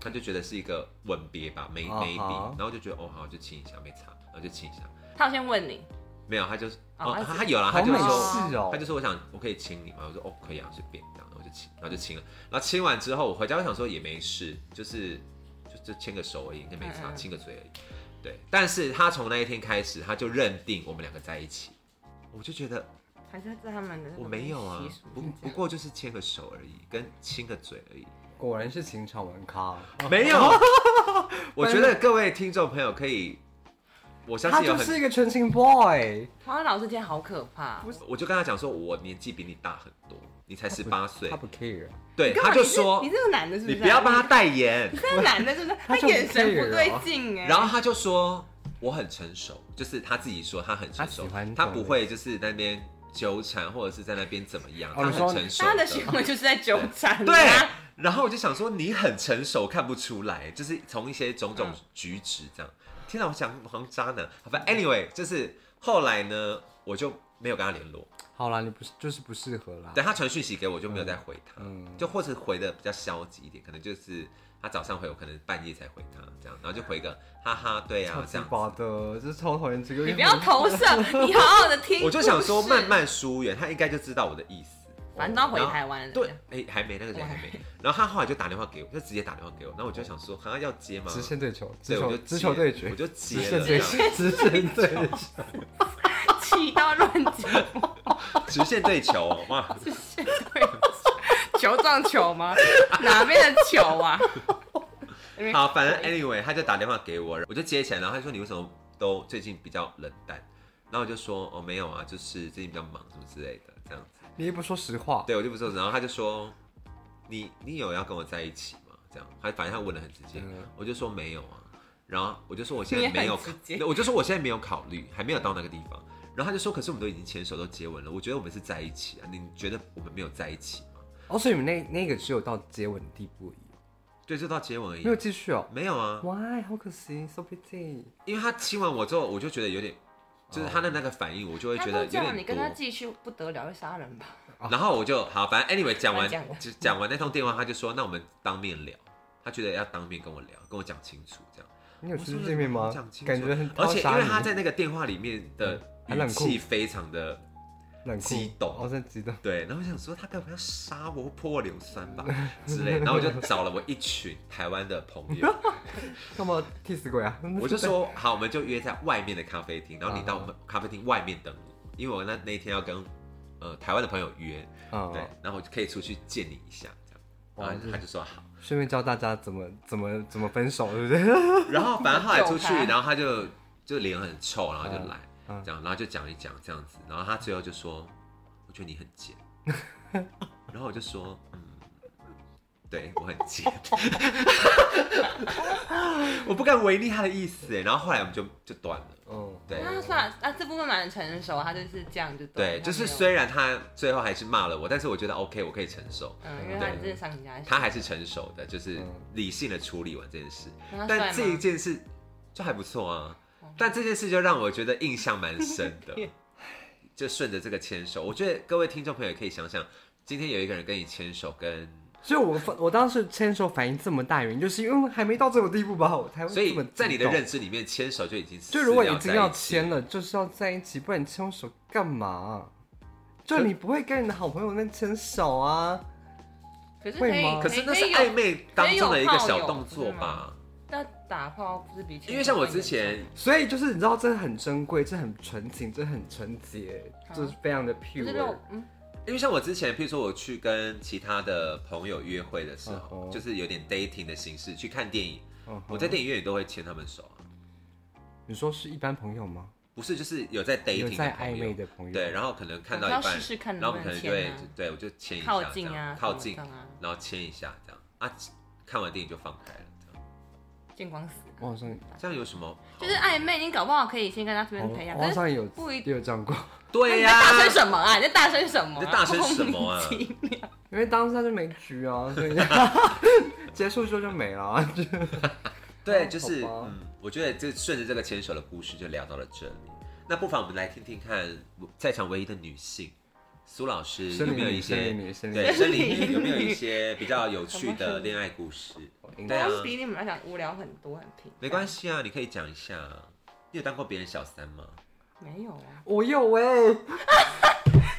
Speaker 1: 他就觉得是一个吻别吧，may
Speaker 2: 啊哈
Speaker 1: maybe，、然后就觉得哦好，就亲一下，没差，然后就亲一下，
Speaker 3: 他有先问你，
Speaker 1: 没有，他就是
Speaker 3: 哦
Speaker 1: 哦，
Speaker 3: 他
Speaker 1: 他
Speaker 3: 是
Speaker 1: 他有了，
Speaker 2: 好
Speaker 1: 他就
Speaker 2: 美
Speaker 1: 说，
Speaker 2: 式哦，
Speaker 1: 他就说我想我可以亲你吗？我说哦可以啊，随便这样，然后就亲，然后就亲了，然后亲完之后我回家我想说也没事，就是就就牵个手而已，那没差
Speaker 3: 嗯，嗯
Speaker 1: 亲个嘴而已。对，但是他从那一天开始，他就认定我们两个在一起，我就觉得
Speaker 3: 还是在他们的那个
Speaker 1: 我没有啊
Speaker 3: 习俗，
Speaker 1: 不
Speaker 3: 是这
Speaker 1: 不
Speaker 3: 样
Speaker 1: 过就是牵个手而已，跟亲个嘴 而已，
Speaker 2: 果然是情场玩咖。
Speaker 1: 没有。我觉得各位听众朋友可以，我相
Speaker 2: 他
Speaker 1: 信有
Speaker 2: 就
Speaker 1: 很
Speaker 2: 是一个纯情 boy，
Speaker 3: 黄安老师今天好可怕，
Speaker 1: 我就跟他讲说，我年纪比你大很多，你才十八岁
Speaker 2: 他，不 care，
Speaker 1: 对，
Speaker 3: 干嘛
Speaker 1: 他就
Speaker 3: 你是
Speaker 1: 说
Speaker 3: 你这个男的是不
Speaker 1: 你
Speaker 3: 是？啊
Speaker 1: 不要帮他代言
Speaker 3: 你。这个男的 是不是？
Speaker 2: 他
Speaker 3: 他
Speaker 2: 就
Speaker 3: 眼神
Speaker 2: 不 care
Speaker 3: 不对
Speaker 2: 哦
Speaker 3: 劲哎。
Speaker 1: 然后他就说我很成熟，就是他自己说他很成
Speaker 2: 他
Speaker 1: 熟
Speaker 2: 喜欢，
Speaker 1: 他
Speaker 2: 这种
Speaker 1: 不会就是在那边纠缠或者是在那边怎么样，
Speaker 2: 哦
Speaker 1: 他
Speaker 2: 你说
Speaker 1: 很成熟
Speaker 3: 他的行为就是在纠缠。啊
Speaker 1: 对，然后我就想说你很成熟，看不出来，就是从一些种种举止这样。天哪，我想好像渣男。好吧，anyway，就是后来呢，我就没有跟他联络，
Speaker 2: 好啦，你不是就是不适合啦。
Speaker 1: 对他传讯息给我就没有再回他，
Speaker 2: 嗯
Speaker 1: 就或是回的比较消极一点，可能就是他早上回我，可能半夜才回他这样，然后就回一个哈哈，对
Speaker 2: 超
Speaker 1: 啊这
Speaker 2: 级
Speaker 1: 样。
Speaker 2: 巴的，这是超讨厌这个。
Speaker 3: 你不要投射，你好好的听。
Speaker 1: 我就想说
Speaker 3: 故事
Speaker 1: 慢，慢疏远，他应该就知道我的意思。
Speaker 3: 反正都要回
Speaker 1: 然后
Speaker 3: 台湾了。
Speaker 1: 对，哎、还没那个人还没。然后他后来就打电话给我，就直接打电话给我，然后我就想说，好像要接吗？
Speaker 2: 直线对球，直
Speaker 1: 对，我
Speaker 2: 球
Speaker 1: 就
Speaker 2: 直
Speaker 1: 接
Speaker 2: 球对决，
Speaker 1: 我就
Speaker 2: 直
Speaker 1: 接
Speaker 2: 线
Speaker 1: 了
Speaker 2: 对
Speaker 1: 这
Speaker 2: 决
Speaker 1: 样，，
Speaker 2: 直 线对决。
Speaker 3: 气到乱讲，
Speaker 1: 直线对球 哦，哇！
Speaker 3: 球撞球吗？哪边的球啊？
Speaker 1: 好，反正 anyway，他就打电话给我，我就接起来，然后他说你为什么都最近比较冷淡？然后我就说哦没有啊，就是最近比较忙什么之类的这样子。
Speaker 2: 你也不说实话，
Speaker 1: 对，我就不说，然后他就说你你有要跟我在一起吗？这样，他反正他问的很直接，
Speaker 2: 嗯
Speaker 1: 我就说没有啊。然后我就说我现
Speaker 3: 你
Speaker 1: 在
Speaker 3: 也
Speaker 1: 没有
Speaker 3: 很
Speaker 1: 考
Speaker 3: 直接，
Speaker 1: 对我就说我现在没有考虑，还没有到那个地方。然后他就说，可是我们都已经牵手都接吻了，我觉得我们是在一起啊。你觉得我们没有在一起吗？
Speaker 2: 哦，所以你们那那个只有到接吻的地步而已，
Speaker 1: 对，就到接吻而已
Speaker 2: 没。有继续哦。
Speaker 1: 没有啊，
Speaker 2: Why？好可惜，so pretty。
Speaker 1: 因为他亲完我之后，我就觉得有点，就是
Speaker 2: 哦
Speaker 1: 他的那个反应，我就会
Speaker 3: 他
Speaker 1: 觉
Speaker 3: 都
Speaker 1: 得有
Speaker 3: 这样，你
Speaker 1: 点
Speaker 3: 跟他
Speaker 1: 多。
Speaker 3: 继续不得了，会杀人吧？
Speaker 1: 然后我就好，反正 anyway 讲完
Speaker 3: 他讲的
Speaker 1: 就讲完那通电话，他就说那我们当面聊，他觉得要当面跟我聊，跟我讲清楚这样。
Speaker 2: 你有
Speaker 1: 我
Speaker 2: 去
Speaker 1: 说
Speaker 2: 见面
Speaker 1: 我
Speaker 2: 吗
Speaker 1: 讲？清楚
Speaker 2: 感觉很，
Speaker 1: 而且因为他
Speaker 2: 他
Speaker 1: 在那个电话里面的
Speaker 2: 很
Speaker 1: 语
Speaker 2: 嗯冷酷
Speaker 1: 气非常的
Speaker 2: 冷酷
Speaker 1: 激动
Speaker 2: 哦，真的激动。
Speaker 1: 对，然后我想说他该不会要杀我或泼我硫酸吧之类，然后我就找了我一群台湾的朋友，
Speaker 2: 干嘛替死鬼啊？
Speaker 1: 我就 说好，我们就约在外面的咖啡厅，然后你到我们咖啡厅外面等我，因为我那那一天要跟呃台湾的朋友约，
Speaker 2: 啊，
Speaker 1: 对，然后我就可以出去见你一下，这样，
Speaker 2: 哇
Speaker 1: 然后
Speaker 2: 这
Speaker 1: 他就说好，
Speaker 2: 顺便教大家怎么怎么怎么分手，对不 对？
Speaker 1: 然后反正后来出去
Speaker 3: 很，久吧
Speaker 1: 然后他就就脸很臭，然后就来
Speaker 2: 嗯，
Speaker 1: 这样，然后就讲一讲这样子，然后他最后就说，我觉得你很贱，然后我就说，嗯，对我很贱， 我不敢违逆他的意思，哎，然后后来我们就就断了，
Speaker 2: 嗯，
Speaker 1: 对。
Speaker 3: 那算了，那这部分蛮成熟，他就是这样就
Speaker 1: 对，
Speaker 3: 了
Speaker 1: 就是
Speaker 3: 他没有
Speaker 1: 虽然他最后还是骂了我，但是我觉得 OK，我可以承受。
Speaker 3: 嗯，因为他真的伤人家心，
Speaker 1: 他还是成熟的，就是
Speaker 2: 嗯
Speaker 1: 理性的处理完这件事。
Speaker 3: 那他
Speaker 1: 但
Speaker 3: 帅
Speaker 1: 这一
Speaker 3: 吗？
Speaker 1: 件事就还不错啊
Speaker 3: 嗯，
Speaker 1: 但这件事就让我觉得印象蛮深 的
Speaker 3: 天。
Speaker 1: 就顺着这个牵手，我觉得各位听众朋友也可以想想，今天有一个人跟你牵手，跟
Speaker 2: 所以我反我当时牵手反应这么大，原因就是因为还没到这种地步吧，我才会
Speaker 1: 所以
Speaker 2: 这么
Speaker 1: 在你的
Speaker 2: 激动
Speaker 1: 认知里面，牵手就已经是
Speaker 2: 就如果
Speaker 1: 要
Speaker 2: 已
Speaker 1: 在
Speaker 2: 经要
Speaker 1: 一起
Speaker 2: 签了，就是要在一起，不然你牵手干嘛？就
Speaker 1: 可
Speaker 2: 你不会跟你的好朋友那牵手啊？
Speaker 3: 可是可
Speaker 2: 会
Speaker 3: 以
Speaker 2: 吗，
Speaker 1: 可是那是
Speaker 3: 以有
Speaker 1: 暧昧当中的一个
Speaker 3: 可以有炮
Speaker 1: 小
Speaker 3: 友
Speaker 1: 动作
Speaker 3: 不是
Speaker 1: 吧
Speaker 3: 吗？那打炮不是比起
Speaker 1: 因为像我之前
Speaker 2: 所以就是你知道，这很珍贵，这很纯情，这很纯洁，
Speaker 3: 啊
Speaker 2: 就是非常的
Speaker 3: 不是
Speaker 2: pure
Speaker 3: 肉。，嗯，
Speaker 1: 因为像我之前，譬如说我去跟其他的朋友约会的时候
Speaker 2: 嗯哼
Speaker 1: 就是有点 dating 的形式去看电影，
Speaker 2: 嗯哼
Speaker 1: 我在电影院也都会牵他们手啊，
Speaker 2: 你说是一般朋友吗？
Speaker 1: 不是就是有在
Speaker 2: 有
Speaker 1: dating
Speaker 2: 在
Speaker 1: 的
Speaker 2: 暧
Speaker 1: 朋
Speaker 2: 昧
Speaker 1: 友，
Speaker 2: 的朋友，
Speaker 1: 对，然后可能看到
Speaker 3: 我
Speaker 1: 一
Speaker 3: 不知道
Speaker 1: 半，
Speaker 3: 试试看
Speaker 1: 然后
Speaker 3: 能
Speaker 1: 我
Speaker 3: 不
Speaker 1: 们可能
Speaker 3: 能
Speaker 1: 就
Speaker 3: 牵
Speaker 1: 会
Speaker 3: 啊，
Speaker 1: 对我就牵一下，
Speaker 3: 靠近啊，
Speaker 1: 这样靠
Speaker 3: 什么
Speaker 1: 近，
Speaker 3: 的啊，
Speaker 1: 然后牵一下这样啊，看完电影就放开了，这样
Speaker 3: 见光死，啊
Speaker 2: 我
Speaker 1: 哦
Speaker 2: 好像
Speaker 1: 这样有什么好？
Speaker 3: 就是暧昧，你搞不好可以先跟他这边培
Speaker 2: 我
Speaker 3: 养，
Speaker 2: 我好
Speaker 3: 但是
Speaker 2: 像有
Speaker 3: 不一
Speaker 2: 也有这样过，
Speaker 3: 那
Speaker 1: 哦对
Speaker 3: 你在
Speaker 1: 呀、
Speaker 3: 大声什么啊？你在大声什么啊？
Speaker 1: 你在大声什么啊
Speaker 3: 莫名其妙
Speaker 2: 因为当时他就没局啊，所以 结束之后就没了啊。就
Speaker 1: 对，就是
Speaker 2: 哦好吧
Speaker 1: 嗯，我觉得就顺着这个牵手的故事就聊到了这里。那不妨我们来听听看在场唯一的女性苏老师有
Speaker 2: 生
Speaker 1: 没有
Speaker 2: 理
Speaker 1: 一
Speaker 2: 女，生理
Speaker 1: 些
Speaker 2: 女，生理
Speaker 1: 对
Speaker 2: 女，
Speaker 1: 生理女有没有一些比较有趣的恋爱故事？
Speaker 2: 应
Speaker 1: 对啊
Speaker 2: 该
Speaker 3: 我比你们来讲无聊很多，很平。
Speaker 1: 没关，系啊，你可以讲一下。你有当过别人小三吗？
Speaker 3: 没有啊。
Speaker 2: 我有欸喂，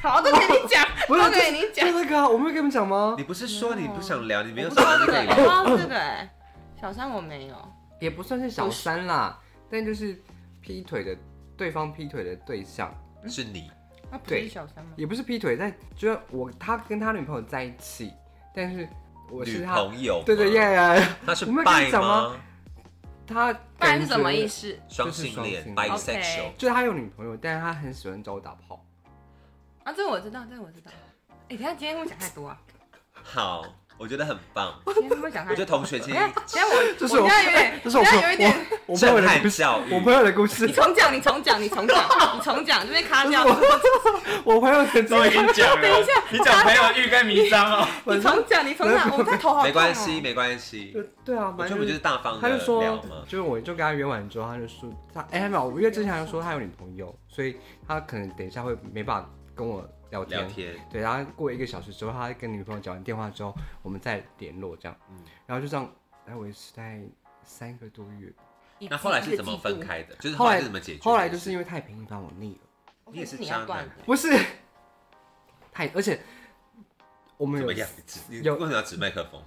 Speaker 3: 好，都给你 讲，
Speaker 2: 不是
Speaker 3: 都给你讲
Speaker 2: 就。那个啊，我没有跟你们讲吗
Speaker 1: 你？不是说你不想聊，你没有
Speaker 3: 我不知
Speaker 1: 想
Speaker 3: 道
Speaker 1: 到
Speaker 3: 这
Speaker 1: 就
Speaker 3: 个，
Speaker 1: 可以
Speaker 3: 我
Speaker 1: 聊
Speaker 3: 不知道这个哎，小三我没有。啊
Speaker 2: 也不算是小三啦，但就是劈腿的对方劈腿的对象，
Speaker 1: 是你，
Speaker 3: 那不
Speaker 2: 对
Speaker 3: 是小三吗？
Speaker 2: 也不是劈腿，但就是我他跟他女朋友在一起，但是我
Speaker 1: 女
Speaker 2: 是他，
Speaker 1: 朋友吗，
Speaker 2: 对对耶耶，
Speaker 1: 他是
Speaker 2: 我没有跟
Speaker 1: 拜
Speaker 2: 你讲吗
Speaker 1: 吗？
Speaker 2: 他
Speaker 3: 不然是什么意
Speaker 2: 思？
Speaker 3: 思？
Speaker 1: 双性
Speaker 2: 就是
Speaker 1: 恋
Speaker 2: 双性
Speaker 1: （bisexual）
Speaker 3: OK
Speaker 2: 就是他有女朋友，但是他很喜欢找我打炮，
Speaker 3: 啊，这个我知道，这个我知道。哎，等一下今天会讲太多啊。
Speaker 1: 好，我觉得很棒。
Speaker 3: 今天会不会讲太
Speaker 1: 我觉得同学
Speaker 3: 等
Speaker 1: 间
Speaker 3: 一下，等一下我，
Speaker 2: 这是
Speaker 3: 我
Speaker 2: 我
Speaker 3: 现在有点，
Speaker 2: 这是我
Speaker 3: 现
Speaker 2: 朋
Speaker 3: 在有一点，
Speaker 2: 我我朋友
Speaker 1: 震
Speaker 2: 的故
Speaker 1: 撼
Speaker 2: 事，
Speaker 1: 教育，
Speaker 2: 我朋友的故
Speaker 3: 你
Speaker 2: 事，
Speaker 3: 重讲，你重讲，你重讲，你重讲，这边卡 掉，
Speaker 2: 我朋友的
Speaker 4: 都已
Speaker 2: 故事，
Speaker 4: 经讲
Speaker 3: 等
Speaker 4: 了
Speaker 3: 一下，
Speaker 4: 你讲朋友欲跟迷障哦。
Speaker 3: 你重讲，你重讲，我太头好痛哦
Speaker 1: 没关系，，没关系。
Speaker 2: 就对啊，
Speaker 1: 我觉
Speaker 2: 反正
Speaker 1: 得我就是大方的
Speaker 2: 他就说
Speaker 1: 聊嘛，，
Speaker 2: 就是我就跟他约完之后，他就说他哎、还没有，因为之前他就说他有女朋友，所以他可能等一下会没办法跟我聊天。
Speaker 1: 聊天。
Speaker 2: 对，然后过一个小时之后，他跟女朋友讲完电话之后，我们再联络这样，
Speaker 1: 嗯
Speaker 2: 然后就这样哎来维持在三个多月。
Speaker 1: 那后来是怎么分？开的？就是
Speaker 2: 后
Speaker 1: 后
Speaker 2: 来
Speaker 1: 来是怎么解决？
Speaker 2: 后来就是因为太频繁，我腻了，
Speaker 1: 你也是
Speaker 3: 你
Speaker 1: 渣
Speaker 3: 要断
Speaker 1: 男
Speaker 3: 了，，
Speaker 2: 不是 太，而且我们
Speaker 1: 怎么
Speaker 2: 有
Speaker 1: 样？你指你
Speaker 2: 有
Speaker 1: 为什么要指麦克风？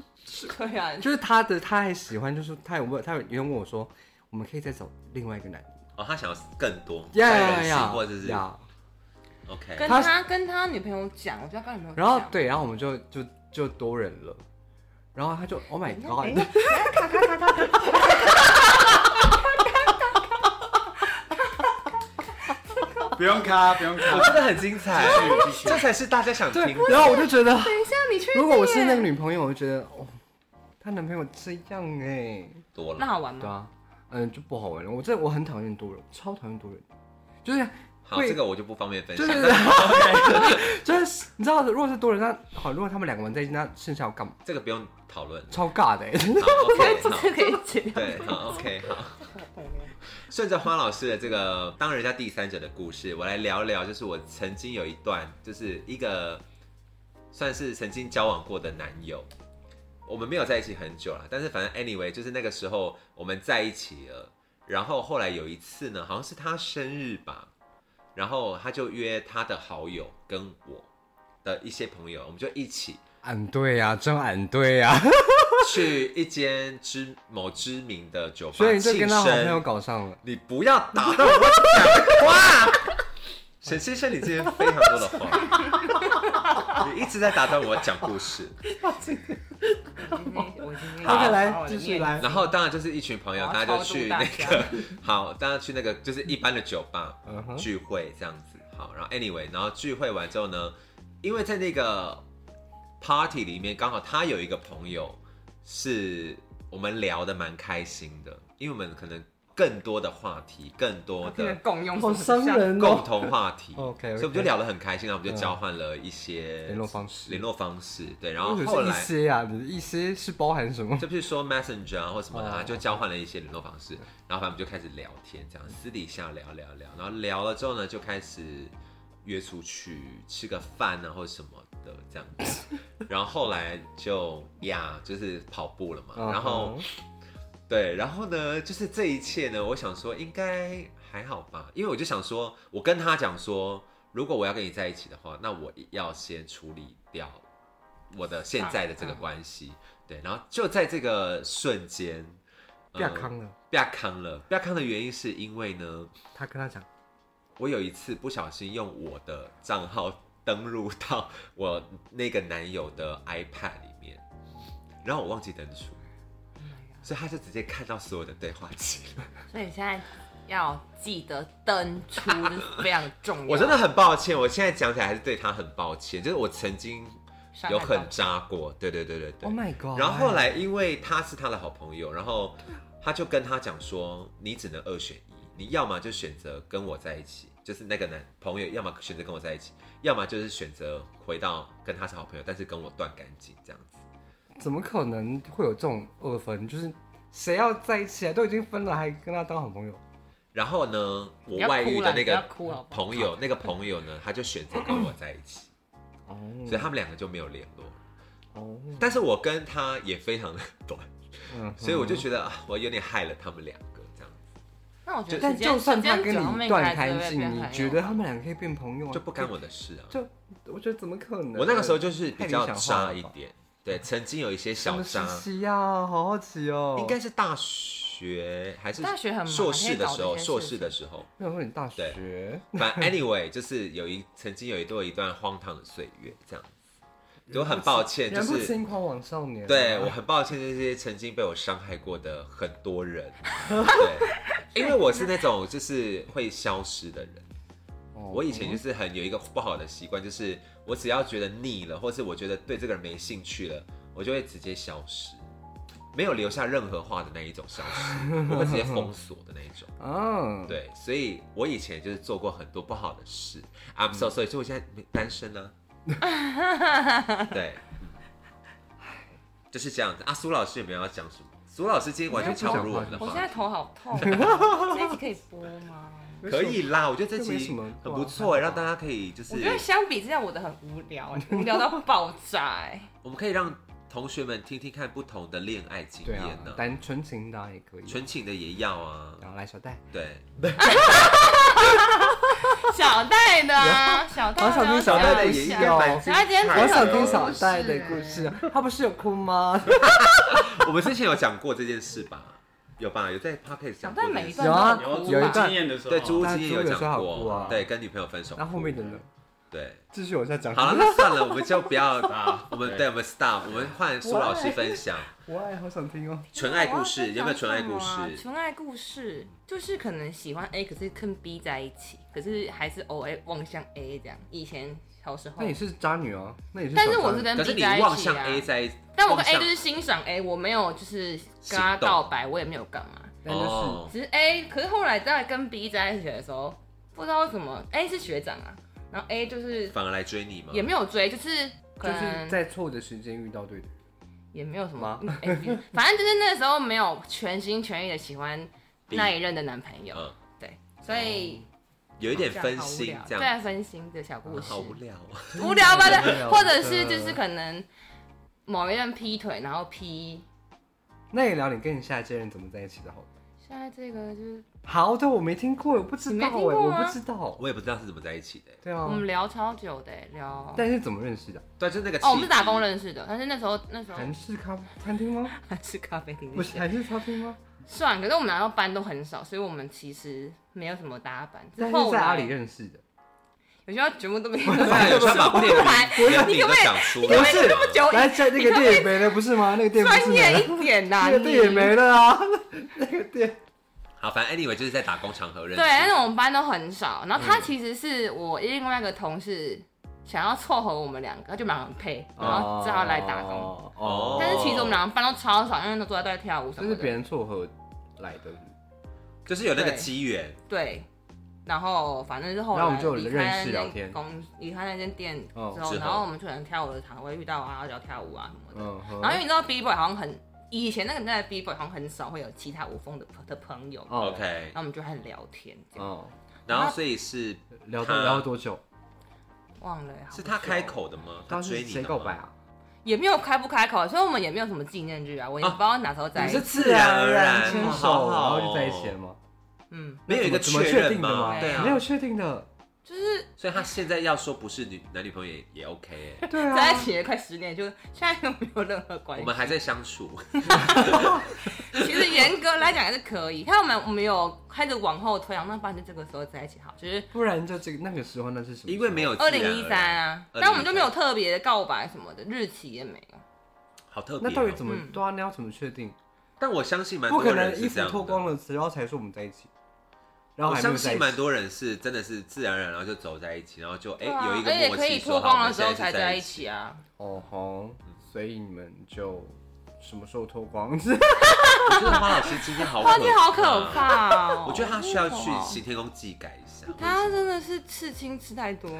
Speaker 3: 对啊，
Speaker 2: 就是他的他还喜欢，就是他有问，他有有人问我说，我们可以再找另外一个男的，
Speaker 1: 哦，他想要更多
Speaker 2: 呀
Speaker 1: 再
Speaker 2: 呀
Speaker 1: 人性
Speaker 2: 呀，
Speaker 1: 或者是
Speaker 2: 呀
Speaker 1: OK，
Speaker 3: 跟
Speaker 2: 他
Speaker 3: 他跟他女朋友讲，我就要跟他女朋友讲。
Speaker 2: 然后对，然后我们就就就多人了，然后他就 Oh my
Speaker 3: 等一下，等一
Speaker 2: God，
Speaker 3: 下等一下咔咔咔咔咔，
Speaker 4: 不用卡，不用卡
Speaker 1: 我真的很精彩，
Speaker 4: 继续
Speaker 1: 这才是大家想
Speaker 2: 对
Speaker 1: 听，
Speaker 2: 然后我就觉得，
Speaker 3: 等一下，你确定耶？
Speaker 2: 如果我是那个女朋友，我就觉得哦，她男朋友这样哎、
Speaker 1: 多
Speaker 3: 那
Speaker 1: 了。
Speaker 3: 好玩
Speaker 2: 对
Speaker 3: 吗？
Speaker 2: 啊，嗯，就不好玩了。我这我很讨厌多人，超讨厌多人，就是
Speaker 1: 好，
Speaker 2: 会
Speaker 1: 这个我就不方便分
Speaker 2: 就
Speaker 1: 享。
Speaker 2: 是 就是你知道，如果是多人，那好，如果他们两个人在一起，那剩下要干嘛？
Speaker 1: 这个不用讨论。
Speaker 2: 超尬的、 欸，
Speaker 1: 好，OK，
Speaker 3: 这
Speaker 1: 好，
Speaker 3: 个可以剪掉。
Speaker 1: 对，好，OK，好。顺着花老师的这个当人家第三者的故事，我来聊聊，就是我曾经有一段，就是一个算是曾经交往过的男友，我们没有在一起很久了，但是反正 anyway，就是那个时候我们在一起了，然后后来有一次呢，好像是他生日吧，然后他就约他的好友跟我的一些朋友，我们就一起
Speaker 2: 俺对呀、真俺对呀、
Speaker 1: 去一间知某知名的酒吧庆
Speaker 2: 所
Speaker 1: 生，
Speaker 2: 以你就跟他好朋友搞上了。
Speaker 1: 你不要打断我讲话。沈先生，你今天非常多的话，你一直在打断我讲故事。
Speaker 3: 我已经念我已经念
Speaker 1: 好
Speaker 3: 好
Speaker 1: 再
Speaker 2: 来继续来
Speaker 1: 然后当然就是一群朋友，
Speaker 3: 我
Speaker 1: 大
Speaker 3: 要
Speaker 1: 家就
Speaker 3: 超度
Speaker 1: 去
Speaker 3: 大
Speaker 1: 那
Speaker 3: 家
Speaker 1: 个 好，大家去那个就是一般的酒吧
Speaker 2: 嗯哼，
Speaker 1: 聚会这样子。好，然后 anyway，然后聚会完之后呢，因为在那个 party 里面，刚好他有一个朋友是我们聊的蛮开心的，因为我们可能更多的话题，更多
Speaker 3: 这个
Speaker 1: 的
Speaker 3: 共用
Speaker 2: 好伤人哦、
Speaker 1: 共同话题。
Speaker 2: OK，OK 嗯
Speaker 1: 所以我们就聊得很开心，然后我们就交换了一些
Speaker 2: 联络方式
Speaker 1: 联络方式，对，然后
Speaker 2: 为什
Speaker 1: 后
Speaker 2: 么是一
Speaker 1: 来
Speaker 2: 些啊？你的一些是包含什么？
Speaker 1: 就譬如说 Messenger 啊或什么的、啊，
Speaker 2: 哦
Speaker 1: 就交换了一些联络方式，然后反正我们就开始聊天，这样私底下聊聊聊，然后聊了之后呢，就开始约出去吃个饭啊或什么的这样 子，然后后来就呀就是跑步了嘛，
Speaker 2: 嗯
Speaker 1: 然后对，然后呢，就是这一切呢，我想说应该还好吧，因为我就想说，我跟他讲说，如果我要跟你在一起的话，那我要先处理掉我的
Speaker 2: 啊
Speaker 1: 现在的这个关系。对，然后就在这个瞬间，
Speaker 2: 不
Speaker 1: 呃
Speaker 2: 要康了，
Speaker 1: 不要康了，不要康的原因是因为呢，
Speaker 2: 他跟他讲，
Speaker 1: 我有一次不小心用我的账号登录到我那个男友的 iPad 里面，然后我忘记登出，所以他就直接看到所有的对话记录。
Speaker 3: 所以你现在要记得登出是非常重要。
Speaker 1: 我真的很抱歉，我现在讲起来还是对他很抱歉，就是我曾经
Speaker 3: 伤害
Speaker 1: 有
Speaker 3: 到
Speaker 1: 很渣过，对对对对对。
Speaker 2: Oh my
Speaker 3: 哦
Speaker 2: god
Speaker 1: 然后后来因为他是他的好朋友，然后他就跟他讲说，你只能二选一，你要么就选择跟我在一起，就是那个男朋友，要么选择跟我在一起，要么就是选择回到跟他是好朋友，但是跟我断干净这样子。
Speaker 2: 怎么可能会有这种二分？就是谁要在一起啊？都已经分了，还跟他当好朋友？
Speaker 1: 然后呢，我
Speaker 3: 不要
Speaker 1: 外遇
Speaker 3: 哭
Speaker 1: 的
Speaker 3: 了
Speaker 1: 那
Speaker 3: 你不要
Speaker 1: 个
Speaker 3: 哭了
Speaker 1: 朋友，那个朋友呢，他就选择跟我在一起，
Speaker 2: 哦
Speaker 3: 嗯
Speaker 1: 所以他们两个就没有联络。
Speaker 2: 哦，
Speaker 1: 但是我跟他也非常的短。
Speaker 2: 嗯，
Speaker 1: 所以我就觉得啊，我有点害了他们两个这样，
Speaker 3: 那我觉得
Speaker 2: 但
Speaker 3: 时间
Speaker 2: 就算他
Speaker 3: 时
Speaker 2: 跟
Speaker 3: 间久他们
Speaker 2: 你
Speaker 3: 应该
Speaker 2: 断
Speaker 3: 还是
Speaker 2: 干
Speaker 3: 会变哦
Speaker 2: 净，
Speaker 3: 朋
Speaker 2: 你觉
Speaker 3: 友
Speaker 2: 得他们两个可以变朋友啊？
Speaker 1: 就不干我的事啊。
Speaker 2: 就我觉得怎么可能？
Speaker 1: 我那个时候就是比较
Speaker 2: 太理想化
Speaker 1: 渣
Speaker 2: 了
Speaker 1: 一
Speaker 2: 吧，
Speaker 1: 点，对，曾经有一些
Speaker 2: 什
Speaker 1: 小
Speaker 2: 么
Speaker 1: 渣
Speaker 2: 时，期呀、啊？好好奇哦。
Speaker 1: 应该是大学还是
Speaker 3: 大学很忙
Speaker 1: 硕士的时候，
Speaker 3: 可以搞这些事
Speaker 1: 硕士的时候，
Speaker 2: 没有说你大学，
Speaker 1: 反正 anyway 就是有一曾经有一段一段荒唐的岁月这样子，我很抱歉，就
Speaker 2: 人不
Speaker 1: 是
Speaker 2: 轻狂枉少年啊、
Speaker 1: 对我很抱歉这些曾经被我伤害过的很多人， 对，因为我是那种就是会消失的人。
Speaker 2: 哦
Speaker 1: 我以前就是很有一个不好的习惯，就是我只要觉得腻了，或是我觉得对这个人没兴趣了，我就会直接消失，没有留下任何话的那一种消失， 我会直接封锁的那一种。
Speaker 2: 嗯，，
Speaker 1: 对，所以我以前就是做过很多不好的事，I'm
Speaker 2: 嗯
Speaker 1: so sorry，所以我现在单身 呢、啊。对，嗯就是这样子啊。苏老师有没有要讲什么？苏老师今天完全闯
Speaker 2: 我现在不
Speaker 1: 入
Speaker 2: 想
Speaker 1: 我们的
Speaker 3: 我
Speaker 1: 话
Speaker 3: 现在
Speaker 1: 题，
Speaker 3: 头好痛、 啊，这一集可以播吗？
Speaker 1: 可以啦。我觉得这
Speaker 2: 这没
Speaker 1: 集
Speaker 2: 什么
Speaker 1: 很不错、
Speaker 2: 对
Speaker 1: 欸，
Speaker 2: 啊
Speaker 1: 让大家可以就是
Speaker 3: 我觉得相比之下，我的很无聊、 欸，无聊到爆炸、欸。
Speaker 1: 我们可以让同学们听听看不同的恋爱经
Speaker 2: 对
Speaker 1: 验
Speaker 2: 啊
Speaker 1: 呢、，
Speaker 2: 单纯情的啊也可以。
Speaker 1: 纯情的也要啊，
Speaker 2: 然后来小戴，
Speaker 1: 对，
Speaker 3: 小戴的啊，小戴的啊，
Speaker 2: 好想听小戴的也
Speaker 3: 小
Speaker 2: 有
Speaker 3: 戴
Speaker 1: 蛮
Speaker 3: 的啊
Speaker 1: 精彩的
Speaker 3: 然后今天
Speaker 2: 我
Speaker 3: 还
Speaker 2: 想
Speaker 3: 有
Speaker 2: 听
Speaker 3: 故
Speaker 2: 小
Speaker 3: 事
Speaker 2: 戴的故事
Speaker 1: 哎
Speaker 2: 啊，他不是有 哭吗？
Speaker 1: 我们之前有讲过这件事吧？有吧？有在 podcast
Speaker 3: 小
Speaker 1: 讲过
Speaker 3: 戴
Speaker 1: 这
Speaker 3: 每
Speaker 1: 件
Speaker 3: 一
Speaker 1: 事。
Speaker 3: 段
Speaker 2: 有啊
Speaker 3: 都
Speaker 4: 有
Speaker 3: 很
Speaker 4: 租
Speaker 3: 哭
Speaker 2: 有一
Speaker 3: 吧
Speaker 2: 段
Speaker 4: 经验的时候，
Speaker 1: 对，猪
Speaker 2: 但
Speaker 1: 之
Speaker 2: 是
Speaker 1: 也
Speaker 2: 猪有时候
Speaker 1: 讲
Speaker 2: 好哭
Speaker 1: 过，
Speaker 2: 啊
Speaker 1: 对，跟女朋友分手哭。
Speaker 2: 那后面的呢？
Speaker 1: 对，
Speaker 2: 继续往下讲。
Speaker 1: 好了，那算了，我们就不要
Speaker 4: 啊
Speaker 1: 我们
Speaker 4: 对
Speaker 1: 对，我们 stop，我们换苏老师分享
Speaker 2: 我爱，好想听哦。
Speaker 1: 纯爱故
Speaker 3: 我
Speaker 1: 事，
Speaker 3: 要
Speaker 1: 有没有纯爱故
Speaker 3: 分享什么啊
Speaker 1: 事？
Speaker 3: 啊纯爱故事就是可能喜欢 A，可是跟 B 在一起，可是还是偶尔望向 A 这样。以前小时候
Speaker 2: 那，你是渣女哦，那你是小渣
Speaker 3: 但
Speaker 2: 女？
Speaker 3: 是我是跟
Speaker 1: 可是
Speaker 3: B
Speaker 1: 你
Speaker 3: 在一
Speaker 1: 望
Speaker 3: 起
Speaker 1: 向
Speaker 3: 啊。
Speaker 1: A 在一起，
Speaker 3: 但我跟 A
Speaker 1: 望
Speaker 3: 就
Speaker 1: 向
Speaker 3: 是欣赏 A，我没有就是跟他
Speaker 1: 行动
Speaker 3: 告白，我也没有干嘛，
Speaker 2: 但就是
Speaker 1: 哦
Speaker 3: 只是 A。可是后来在跟 B 在一起的时候，不知道为什么 A 是学长啊，然后 A 就是
Speaker 1: 反而来追你吗？
Speaker 3: 也没有追，就是可
Speaker 2: 就是
Speaker 3: 能
Speaker 2: 在错的时间遇到对的人。
Speaker 3: 也没有什么
Speaker 2: 吗，
Speaker 3: 哎反正就是那时候没有全心全意的喜欢
Speaker 1: B
Speaker 3: 那一任的男朋友，
Speaker 1: 嗯，
Speaker 3: 对，所以
Speaker 2: 哦
Speaker 1: 有一点分心这
Speaker 3: 对啊
Speaker 1: 样，
Speaker 3: 分心的小故事
Speaker 1: 好，无聊哦。
Speaker 3: 无聊吧？
Speaker 2: 无聊
Speaker 3: 对，
Speaker 2: 的
Speaker 3: 或者是就是可能某一任劈腿，然后劈，
Speaker 2: 那也聊你跟你下一届人怎么在一起的好了。
Speaker 3: 现在这个就是
Speaker 2: 好的，我没听过，我不知
Speaker 3: 你
Speaker 2: 道
Speaker 3: 没
Speaker 2: 哎，
Speaker 3: 听过
Speaker 2: 我
Speaker 3: 吗
Speaker 2: 不知道。
Speaker 1: 我也不知道是怎么在一起的，欸
Speaker 2: 对
Speaker 3: 我
Speaker 2: 啊，
Speaker 3: 们聊超久的聊。
Speaker 2: 但是怎么认识的？
Speaker 1: 对，就是那个
Speaker 3: 哦，我们是打工
Speaker 1: 人，
Speaker 3: 认识的，但是那时候那时候
Speaker 2: 韩式咖餐厅 吗？
Speaker 3: 还是咖啡厅
Speaker 2: 不是韩式餐厅吗？
Speaker 3: 算，可是我们拿到班都很少，所以我们其实没有什么搭班。
Speaker 2: 但
Speaker 3: 后
Speaker 2: 是在阿里
Speaker 3: 来
Speaker 2: 认识的。
Speaker 3: 有时候全部都没有
Speaker 1: 对 啊，有时候把店名
Speaker 3: 来
Speaker 1: 连
Speaker 3: 你
Speaker 1: 名
Speaker 3: 可
Speaker 1: 都
Speaker 3: 不可以
Speaker 1: 讲出
Speaker 3: 你可
Speaker 1: 来
Speaker 3: 不，可以这么久
Speaker 2: 来，在那
Speaker 3: 你
Speaker 2: 个
Speaker 3: 可不可
Speaker 2: 店也没了，不是吗？那个店不是
Speaker 3: 哦专
Speaker 2: 没
Speaker 3: 业
Speaker 2: 了，
Speaker 3: 一点呐、
Speaker 2: 那
Speaker 3: 你
Speaker 2: 个店也没了啊，那个店。
Speaker 1: 好，反正 anyway 就是在打工场合认
Speaker 3: 对，
Speaker 1: 识。嗯
Speaker 3: 但是我们班都很少。然后他其实是我另外一个同事想要凑合我们两个，就蛮很配，然后只好来打工。
Speaker 2: 哦
Speaker 1: 哦
Speaker 3: 但是其实我们两个班都超少，因为都坐在在跳舞什
Speaker 2: 这
Speaker 3: 么
Speaker 2: 是
Speaker 3: 的。
Speaker 2: 别人撮合来的，
Speaker 1: 就是有那个
Speaker 3: 对
Speaker 1: 机缘，
Speaker 3: 对，然后反正是后
Speaker 2: 然后我
Speaker 3: 来
Speaker 2: 们就有
Speaker 3: 离
Speaker 2: 认
Speaker 3: 开
Speaker 2: 识
Speaker 3: 那
Speaker 2: 聊
Speaker 3: 间
Speaker 2: 天
Speaker 3: 公，离开那间店之
Speaker 2: 哦
Speaker 3: 后，
Speaker 1: 之
Speaker 3: 然
Speaker 1: 后
Speaker 3: 后我们去能跳舞的场合会遇到啊，聊跳舞啊什么的。
Speaker 2: 嗯哼，
Speaker 3: 然后因为你知道 B boy 好像很以前那个年代的 B boy 好像很少会有其他舞风的的朋友，
Speaker 2: 哦
Speaker 1: OK，
Speaker 3: 然后我们就开始聊天，这样、
Speaker 2: 哦，
Speaker 1: 然后所以是
Speaker 2: 聊
Speaker 1: 他
Speaker 2: 多聊多久？
Speaker 3: 忘了好
Speaker 1: 是
Speaker 3: 久
Speaker 1: 他开
Speaker 3: 了
Speaker 1: 口的吗？他
Speaker 2: 当
Speaker 1: 追
Speaker 2: 时
Speaker 1: 你
Speaker 2: 谁
Speaker 1: 的
Speaker 2: 告
Speaker 1: 吗
Speaker 2: 白？啊？
Speaker 3: 也没有开不开口，所以我们也没有什么纪念日啊，我也
Speaker 1: 啊
Speaker 3: 不知道哪时候在
Speaker 2: 你
Speaker 3: 一
Speaker 2: 是
Speaker 3: 起。
Speaker 2: 自然而然
Speaker 1: 自然而然
Speaker 2: 牵
Speaker 1: 哦好
Speaker 2: 手，然
Speaker 1: 好哦
Speaker 2: 后就在一起了吗？
Speaker 3: 嗯，
Speaker 1: 没有一个
Speaker 2: 怎么怎么
Speaker 1: 确
Speaker 2: 确
Speaker 1: 认
Speaker 2: 定的
Speaker 1: 吗？
Speaker 2: 吗？
Speaker 1: 对啊，
Speaker 2: 没有确定的，
Speaker 3: 就是
Speaker 1: 所以他现在要说不是女男女朋友也也 OK，欸
Speaker 2: 对啊，
Speaker 3: 在一起也快十年，就现在都没有任何关
Speaker 1: 我
Speaker 3: 系
Speaker 1: 们。还在相处，
Speaker 3: 其实严格来讲还是可以，看我们我们有开始往后推啊，那不然就这个时候在一起好，就是
Speaker 2: 不然就这个那个时候那是什么时候？
Speaker 1: 因为没有自
Speaker 3: 二
Speaker 1: 然而
Speaker 3: 零一三
Speaker 1: 然，
Speaker 3: 啊，
Speaker 1: 2013
Speaker 3: 但我们就没有特别的告白什么的，日期也没有。
Speaker 1: 好特别哦。嗯
Speaker 2: 那到底怎么
Speaker 3: 嗯
Speaker 2: 对啊？那要怎么确定？
Speaker 1: 但我相信蛮
Speaker 2: 不
Speaker 1: 多
Speaker 2: 可
Speaker 1: 人
Speaker 2: 能衣
Speaker 1: 是这
Speaker 2: 服
Speaker 1: 样
Speaker 2: 脱
Speaker 1: 的。
Speaker 2: 光了，然后才说我们在一起，然后
Speaker 1: 我
Speaker 2: 还没有
Speaker 1: 相
Speaker 2: 在一
Speaker 1: 信
Speaker 2: 起
Speaker 1: 蛮。多人是真的是自然而然，然后就走在一起，然后就哎
Speaker 3: 对啊
Speaker 1: 有一个
Speaker 3: 而且
Speaker 1: 默
Speaker 3: 可以
Speaker 1: 契，
Speaker 3: 脱
Speaker 1: 说
Speaker 3: 光
Speaker 1: 好，
Speaker 3: 了
Speaker 1: 我
Speaker 3: 之后
Speaker 1: 们
Speaker 3: 才
Speaker 1: 才
Speaker 3: 在
Speaker 1: 在
Speaker 3: 一起
Speaker 1: 啊。
Speaker 3: 啊。
Speaker 2: 哦吼，所以你们就什么时候脱光？
Speaker 1: 我觉得花老师今天好，啊
Speaker 3: 哇，天好可！怕哦！
Speaker 1: 我觉得他需要去行天宫祭改一下。
Speaker 3: 他真的是刺青吃太多了。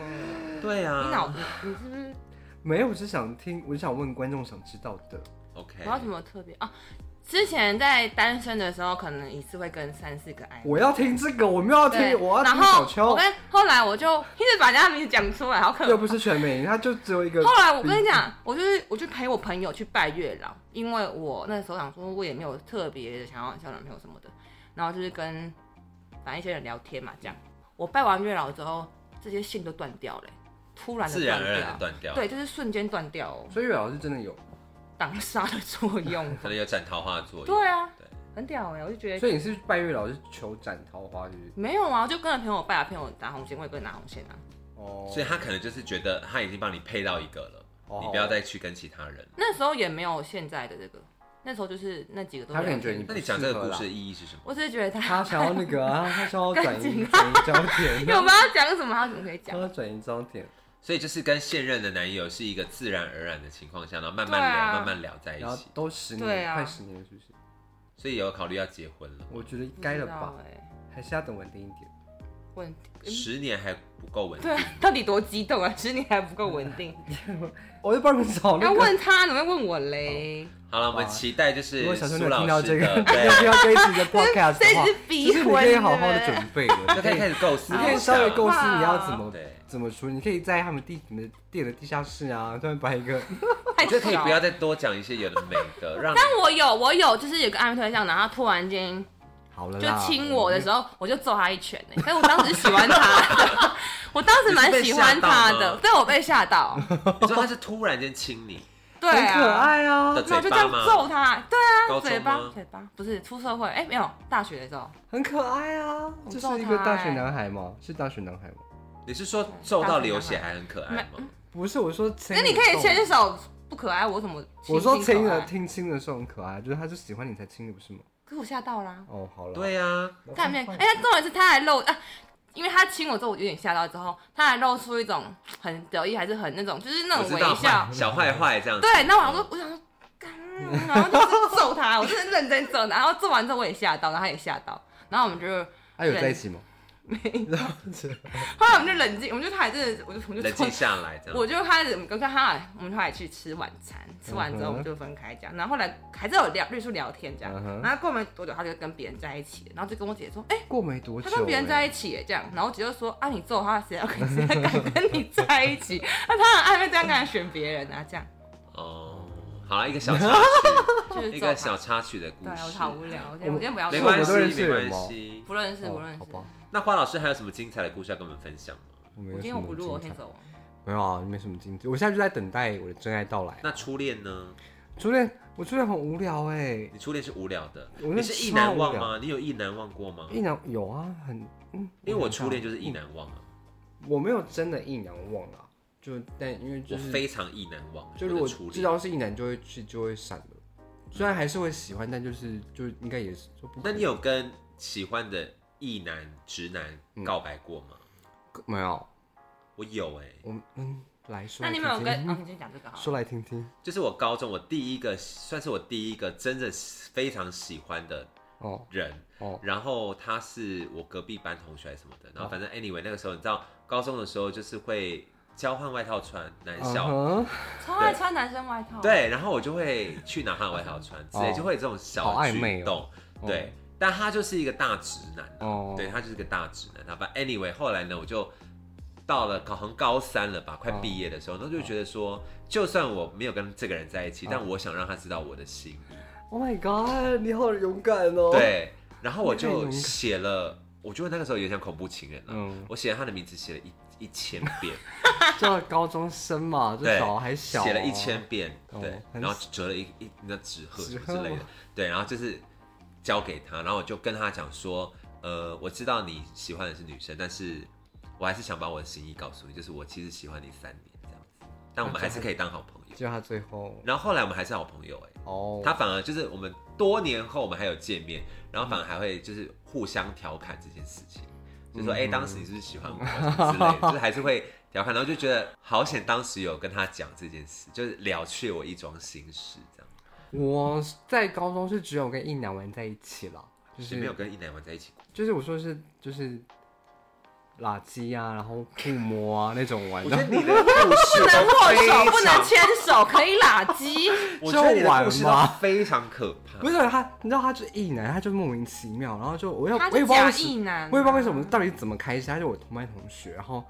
Speaker 1: 对
Speaker 3: 你脑
Speaker 1: 啊
Speaker 3: 子，你是不是
Speaker 2: 没有，我只想听，我想问观众想知道的。
Speaker 1: ，OK，
Speaker 3: 我要什么特别啊？之前在单身的时候，可能一次会跟三四个暧昧。
Speaker 2: 我要听这个，我没有要听
Speaker 3: 对，，
Speaker 2: 我要
Speaker 3: 然
Speaker 2: 听小
Speaker 3: 后
Speaker 2: 秋
Speaker 3: 我，跟后来我就一直把人家名字讲出来，好可
Speaker 2: 又
Speaker 3: 怕。
Speaker 2: 不是全名，他就只有一 个。
Speaker 3: 后来我跟你，讲，我就是我去陪我朋友去拜月老，因为我那时候想说，我也没有特别的想要交男朋友什么的，然后就是跟反正一些人聊天嘛，这样。我拜完月老之后，这些线都断掉了欸、突然的
Speaker 1: 自
Speaker 3: 断
Speaker 1: 然
Speaker 3: 掉，
Speaker 1: 而然的断掉，
Speaker 3: 对，就是瞬间断掉哦，
Speaker 2: 所以月老是真的有，
Speaker 3: 挡煞的作用。
Speaker 1: 可能有斩桃花的作用。
Speaker 3: 对啊
Speaker 1: 对，
Speaker 3: 很屌哎、我就觉得
Speaker 2: 所以你是拜月老是求斩桃花，就是
Speaker 3: 没有啊，就跟着朋友拜啊，朋友拿红线，我也跟着拿红线啊。
Speaker 2: 哦，
Speaker 1: 所以他可能就是觉得他已经帮你配到一个了，
Speaker 2: 哦
Speaker 1: 你不要再去跟其他人了。
Speaker 3: 那时候也没有现在的这个，那时候就是那几个都
Speaker 2: 他
Speaker 3: 没
Speaker 2: 可
Speaker 3: 有
Speaker 2: 能觉得
Speaker 3: 现
Speaker 2: 你
Speaker 3: 在，
Speaker 1: 那你讲这个故事的意义是什么？
Speaker 3: 我只是觉得 他，
Speaker 2: 他想要那个啊，他想要转
Speaker 3: 干净
Speaker 2: 移转移焦
Speaker 3: 因为
Speaker 2: 点，
Speaker 3: 我 不知道讲什么，他怎么可以
Speaker 2: 他
Speaker 3: 讲？
Speaker 2: 要转移焦点。
Speaker 1: 所以就是跟现任的男友是一个自然而然的情况下，然后慢慢
Speaker 3: 对
Speaker 1: 聊，
Speaker 3: 啊
Speaker 1: 慢慢聊在一
Speaker 2: 然后
Speaker 1: 起，
Speaker 2: 都十
Speaker 3: 对
Speaker 2: 年，
Speaker 3: 啊
Speaker 2: 快十年了，是不是？
Speaker 1: 所以有考虑要结婚了。
Speaker 2: 我觉得该了吧
Speaker 3: 不，知道欸
Speaker 2: 还是要等稳定一点。
Speaker 3: 稳
Speaker 1: 十年还不够稳定
Speaker 3: 对，啊，到底多激动啊！其实你还不够稳定，
Speaker 2: 我就 帮你们找那
Speaker 3: 要
Speaker 2: 个。
Speaker 3: 问他，怎么会问我嘞？
Speaker 1: 好了，我们
Speaker 2: 哇
Speaker 1: 期待就
Speaker 2: 如
Speaker 1: 是
Speaker 2: 果小时候
Speaker 1: 苏
Speaker 2: 有听到
Speaker 1: 老
Speaker 2: 这
Speaker 1: 师
Speaker 2: 个，
Speaker 1: 的，
Speaker 2: 没有听
Speaker 1: 对，
Speaker 2: 到这一集的 podcast 的话，
Speaker 3: 这是
Speaker 2: 其
Speaker 3: 逼
Speaker 2: 实你
Speaker 3: 婚
Speaker 2: 可以好好的
Speaker 3: 对不对
Speaker 2: 准备
Speaker 1: 就可
Speaker 2: 了，你可
Speaker 1: 以开
Speaker 2: 以
Speaker 1: 始构思
Speaker 2: 你
Speaker 1: 一下，
Speaker 2: 可以稍微构思你要
Speaker 3: 哦
Speaker 2: 怎么
Speaker 1: 对。
Speaker 2: 怎么处理，你可以在他们地你们店的地下室啊，专门摆一个。
Speaker 3: 太
Speaker 1: 我觉得可以
Speaker 3: 小
Speaker 1: 不要再多讲一些有的没的，让
Speaker 3: 但我有，我有，就是有个暧昧对象，然后他突然间
Speaker 2: 好了
Speaker 3: 就
Speaker 2: 啦，
Speaker 3: 亲我的时候，我就揍他一拳 呢、但我当时喜欢他， 我当时蛮喜欢他
Speaker 1: 你是被吓到
Speaker 3: 的
Speaker 1: 吗，
Speaker 3: 对我被吓 到，
Speaker 1: 你说他是突然间亲你
Speaker 3: 对
Speaker 2: 很
Speaker 3: 啊，
Speaker 2: 可爱啊
Speaker 1: 的，
Speaker 3: 然后
Speaker 1: 嘴
Speaker 3: 我就这
Speaker 1: 巴
Speaker 3: 样
Speaker 1: 吗？
Speaker 3: 揍 他，对啊，
Speaker 1: 高中
Speaker 3: 嘴巴
Speaker 1: 吗
Speaker 3: 嘴巴不是出社会，哎、没有大学的时候，
Speaker 2: 很可爱啊，
Speaker 3: 我
Speaker 2: 就
Speaker 3: 揍
Speaker 2: 是一个
Speaker 3: 他
Speaker 2: 大
Speaker 3: 欸
Speaker 2: 学男孩吗？是大学男孩吗？
Speaker 1: 你是
Speaker 2: 嗯
Speaker 1: 说揍到流血还很可爱
Speaker 3: 嗯
Speaker 1: 吗？
Speaker 2: 不是，我说亲
Speaker 3: 那你可以牵手不可爱，我怎么
Speaker 2: 我说
Speaker 3: 亲
Speaker 2: 亲
Speaker 3: 可爱
Speaker 2: 了，听亲的时候很可爱，就是他就喜欢你才亲的，不是吗？
Speaker 3: 可是我吓到啦，
Speaker 2: 哦，好了，
Speaker 1: 对啊，
Speaker 2: 我
Speaker 3: 干
Speaker 2: 看
Speaker 3: 面，
Speaker 2: 看，
Speaker 3: 哎、他重点是他还露啊，因为他亲我之后我有点吓到，之后他还露出一种很得意，还是很那种就是那
Speaker 1: 我
Speaker 3: 种
Speaker 1: 知
Speaker 3: 微
Speaker 1: 道
Speaker 3: 笑
Speaker 1: 坏，小坏坏这样子。
Speaker 3: 对，那我想说，我想说，干，然后就是揍 他，我真的认真揍，然后揍完之后我也吓到，然后他也吓到，然后我们就，
Speaker 2: 他有在一起吗？
Speaker 3: 没
Speaker 2: 有，好
Speaker 3: 后来我们就冷静，我们就还真的，我就我们就
Speaker 1: 冷静下来这样。
Speaker 3: 我就开始，我们跟他，我们后来去吃晚餐，吃完之后我们就分开这样，然后后来还是有聊，略处聊天这样
Speaker 2: 嗯，哼
Speaker 3: 然后过没多久他就跟别人在一起了，然后就跟我姐说，哎、
Speaker 2: 过没多久
Speaker 3: 他
Speaker 2: 欸，
Speaker 3: 跟别人在一起耶这样，然后我姐就说啊，你揍他， 谁要跟谁敢跟你在一起？那他很暧昧，这样敢选别人啊？这样
Speaker 1: 哦，好了，一个小插曲，
Speaker 3: 就是
Speaker 1: 一
Speaker 3: 揍
Speaker 1: 个
Speaker 3: 他。
Speaker 1: 小插曲的故
Speaker 3: 对，啊我
Speaker 1: 事，
Speaker 3: 好无聊，我今天我今天不要
Speaker 1: 没
Speaker 3: 说
Speaker 1: 关
Speaker 2: 我
Speaker 1: 系，
Speaker 2: 都认识
Speaker 1: 没
Speaker 2: 人
Speaker 1: 关
Speaker 2: 吗
Speaker 1: 系。
Speaker 3: 不认识，不
Speaker 2: 哦
Speaker 3: 认识。
Speaker 2: 好吧，
Speaker 1: 那花老师还有什么精彩的故事要跟我们分享吗？
Speaker 2: 我没
Speaker 3: 我
Speaker 2: 有
Speaker 3: 今
Speaker 2: 什
Speaker 3: 天
Speaker 2: 么
Speaker 3: 我不录，我
Speaker 2: 精
Speaker 3: 先
Speaker 2: 彩。
Speaker 3: 走了。
Speaker 2: 没有啊，没什么精彩。我现在就在等待我的真爱到来。啊
Speaker 1: 那初恋呢？
Speaker 2: 初恋，我初恋很无聊哎，
Speaker 1: 你初恋是无聊的，
Speaker 2: 我那
Speaker 1: 你是意难忘吗？你有意难忘过吗？
Speaker 2: 一男有啊，很嗯，
Speaker 1: 因为我初恋就是意难忘啊，
Speaker 2: 我没有真的一男忘啊，就但因为
Speaker 1: 我
Speaker 2: 就是
Speaker 1: 非常意难忘，
Speaker 2: 就
Speaker 1: 我
Speaker 2: 如
Speaker 1: 的
Speaker 2: 果
Speaker 1: 初
Speaker 2: 知
Speaker 1: 恋。
Speaker 2: 道是一男就会去就会闪了，虽然还是会喜欢，但就是就应该也是就不可能。
Speaker 1: 那你有跟喜欢的意男直男
Speaker 2: 嗯
Speaker 1: 告白过吗？
Speaker 2: 没有？
Speaker 1: 我有哎、
Speaker 2: 我嗯，来说来
Speaker 3: 那你
Speaker 2: 听听，
Speaker 3: 们有跟……哦，你先讲这个好了。
Speaker 2: 说来听听
Speaker 1: 就是我高中我第一个算是我第一个真的非常喜欢的
Speaker 2: 哦
Speaker 1: 人，
Speaker 2: 哦，
Speaker 1: 然后他是我隔壁班同学还是什么的，然后反正 anyway 那个时候你知道高中的时候就是会交换外套穿，男校、
Speaker 2: 嗯哼
Speaker 3: 超爱穿男生外套。，
Speaker 1: 对，然后我就会去拿他的外套穿，之类
Speaker 2: 哦
Speaker 1: 就会有这种
Speaker 2: 好
Speaker 1: 小
Speaker 2: 暧昧
Speaker 1: 举
Speaker 2: 哦
Speaker 1: 动，对。但他就是一个大直男啊、
Speaker 2: 哦
Speaker 1: 对他就是个大直男啊。反正 anyway，后来呢，我就到了好像高三了吧，快
Speaker 2: 哦
Speaker 1: 毕业的时候，那就觉得说，就算我没有跟这个人在一起，
Speaker 2: 哦
Speaker 1: 但我想让他知道我的心意。
Speaker 2: ，Oh my God，你好勇敢哦。，
Speaker 1: 对，然后我
Speaker 2: 你太勇
Speaker 1: 就
Speaker 2: 敢
Speaker 1: 写了，我觉得那个时候有点像恐怖情人啊，
Speaker 2: 嗯，
Speaker 1: 我写了他的名字写了一一千遍，
Speaker 2: 就高中生嘛，就
Speaker 1: 对
Speaker 2: 小还小啊，
Speaker 1: 写了一千遍，
Speaker 2: 哦
Speaker 1: 对，
Speaker 2: 很
Speaker 1: 然后折了一一那纸鹤什
Speaker 2: 纸
Speaker 1: 么
Speaker 2: 鹤
Speaker 1: 之类的
Speaker 2: 吗，
Speaker 1: 对，然后就是交给他，然后我就跟他讲说，呃，我知道你喜欢的是女生，但是我还是想把我的心意告诉你，就是我其实喜欢你三年这样子，但我们还是可以当好朋友。
Speaker 2: 就他最后
Speaker 1: 然后后来我们还是好朋友哎、
Speaker 2: 哦，
Speaker 1: 他反而就是我们多年后我们还有见面，然后反而还会就是互相调侃这件事情，就说哎、欸
Speaker 2: 嗯
Speaker 1: 当时你是不是喜欢我什么之类 的，就是还是会调侃，然后就觉得好险当时有跟他讲这件事，就是了却我一桩心事这
Speaker 2: 嗯
Speaker 1: 样，
Speaker 2: 我在高中是只有跟一男玩在一起了，就
Speaker 1: 就是没有
Speaker 2: 是
Speaker 1: 跟一男玩在一起过。
Speaker 2: 就是我说是就是垃圾啊，然后触摸啊那种玩
Speaker 1: 我
Speaker 2: 的
Speaker 1: 觉得。你的故事
Speaker 3: 不能握手，
Speaker 1: 都
Speaker 3: 不
Speaker 1: 非
Speaker 3: 能牵手，可以拉 鸡。
Speaker 1: 常，我觉得你的故事
Speaker 2: 这玩
Speaker 1: 都
Speaker 2: 吗
Speaker 1: 非常可
Speaker 2: 啊不
Speaker 1: 怕。
Speaker 2: 是他，你知道他就是一男，他就莫名其妙，然后就我要
Speaker 3: 他
Speaker 2: 我也
Speaker 3: 是
Speaker 2: 不知道
Speaker 3: 假
Speaker 2: 为什
Speaker 3: 意男，啊
Speaker 2: 我也不知道为什么。到底怎么开始，他是我同班同学，然后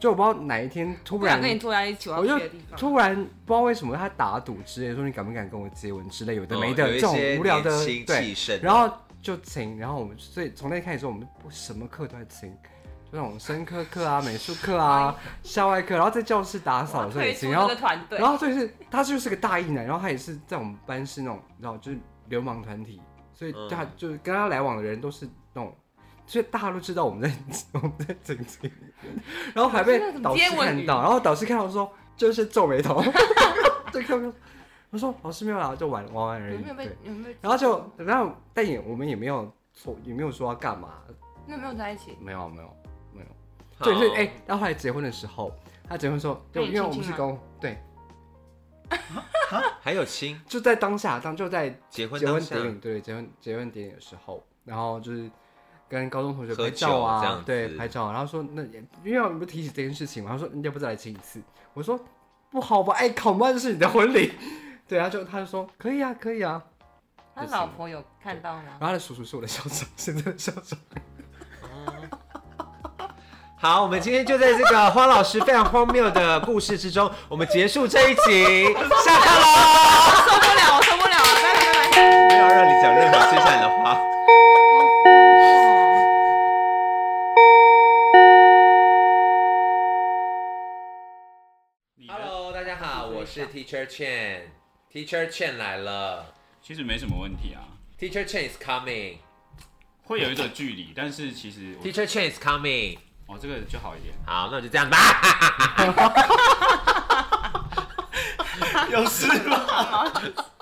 Speaker 2: 就我不知道哪一天突
Speaker 3: 不
Speaker 2: 然
Speaker 3: 想跟你坐在一起，我要
Speaker 2: 我就
Speaker 3: 去别的地方。
Speaker 2: 突然不知道为什么他打赌之类的说你敢不敢跟我接吻之类有的
Speaker 1: 哦
Speaker 2: 没
Speaker 1: 有
Speaker 2: 的
Speaker 1: 一
Speaker 2: 这种
Speaker 1: 些
Speaker 2: 无聊
Speaker 1: 年
Speaker 2: 的
Speaker 1: 轻
Speaker 2: 对
Speaker 1: 气，盛
Speaker 2: 然后就亲，然后我们所以从那开始之后，我们不什么课都在亲，就那种生科课啊、美术课 啊、校外课，然后在教室打扫的时候也
Speaker 3: 退
Speaker 2: 亲，
Speaker 3: 出
Speaker 2: 然
Speaker 3: 这
Speaker 2: 后
Speaker 3: 个团队
Speaker 2: 然，后就是他就是个大一男，然后他也是在我们班是那种你知道就是流氓团体，所以
Speaker 1: 嗯
Speaker 2: 他、就是跟他来往的人都是那种。所以大家都知道我们在 我们在整亲，然后还被
Speaker 3: 这是那种
Speaker 2: 导师
Speaker 3: 接吻
Speaker 2: 看
Speaker 3: 语
Speaker 2: 到，然后导师看到说就是皱眉头， 就看我我说老师没有啦，就玩玩玩而
Speaker 3: 有
Speaker 2: 已。
Speaker 3: 没有被
Speaker 2: 对。
Speaker 3: 有没有？
Speaker 2: 然后就，然后但也我们也没有错，也没有说要干嘛，
Speaker 3: 那有没有在一起？
Speaker 2: 没有没有没有。
Speaker 1: 好
Speaker 2: 哎对，是哎，到后来结婚的时候，他结婚说，
Speaker 3: 那
Speaker 2: 对，因
Speaker 3: 你
Speaker 2: 为我们
Speaker 3: 亲
Speaker 1: 啊
Speaker 2: 是
Speaker 3: 亲吗
Speaker 2: 公，对，
Speaker 1: 还有亲
Speaker 2: 就在当下，当就在
Speaker 1: 结婚
Speaker 2: 结
Speaker 1: 当
Speaker 2: 婚
Speaker 1: 下
Speaker 2: 典礼，对，结婚结婚典礼的时候，然后就是跟高中同学
Speaker 1: 喝
Speaker 2: 拍
Speaker 1: 酒
Speaker 2: 照
Speaker 1: 这样
Speaker 2: 啊
Speaker 1: 子，
Speaker 2: 对，拍照啊，然后说那也因为我们不提起这件事情嘛，他说你要不再来亲一次，我说不好吧，哎，恐怕这是你的婚礼，对，他就他就说可以啊，可以啊，
Speaker 3: 他老婆有看到吗
Speaker 2: 然？后他的叔叔是我的校长，现在的校长，
Speaker 1: 哦好，我们今天就在这个花老师非常荒谬的故事之中，我们结束这一集，下课喽！
Speaker 3: 受不了，我受不了了，拜拜拜拜。
Speaker 1: 没有让你讲任何接下来的话。
Speaker 4: 你的
Speaker 1: Hello，大家好，我是 Teacher Chen，Teacher Chen 来了
Speaker 4: 其实没什么问题啊，
Speaker 1: ，Teacher Chen is coming，Teacher
Speaker 4: 会有一个距离，但是其实我
Speaker 1: Chen is coming。
Speaker 4: 哦这个就好一点。
Speaker 1: 好，那我就这样吧。
Speaker 4: 有事吗？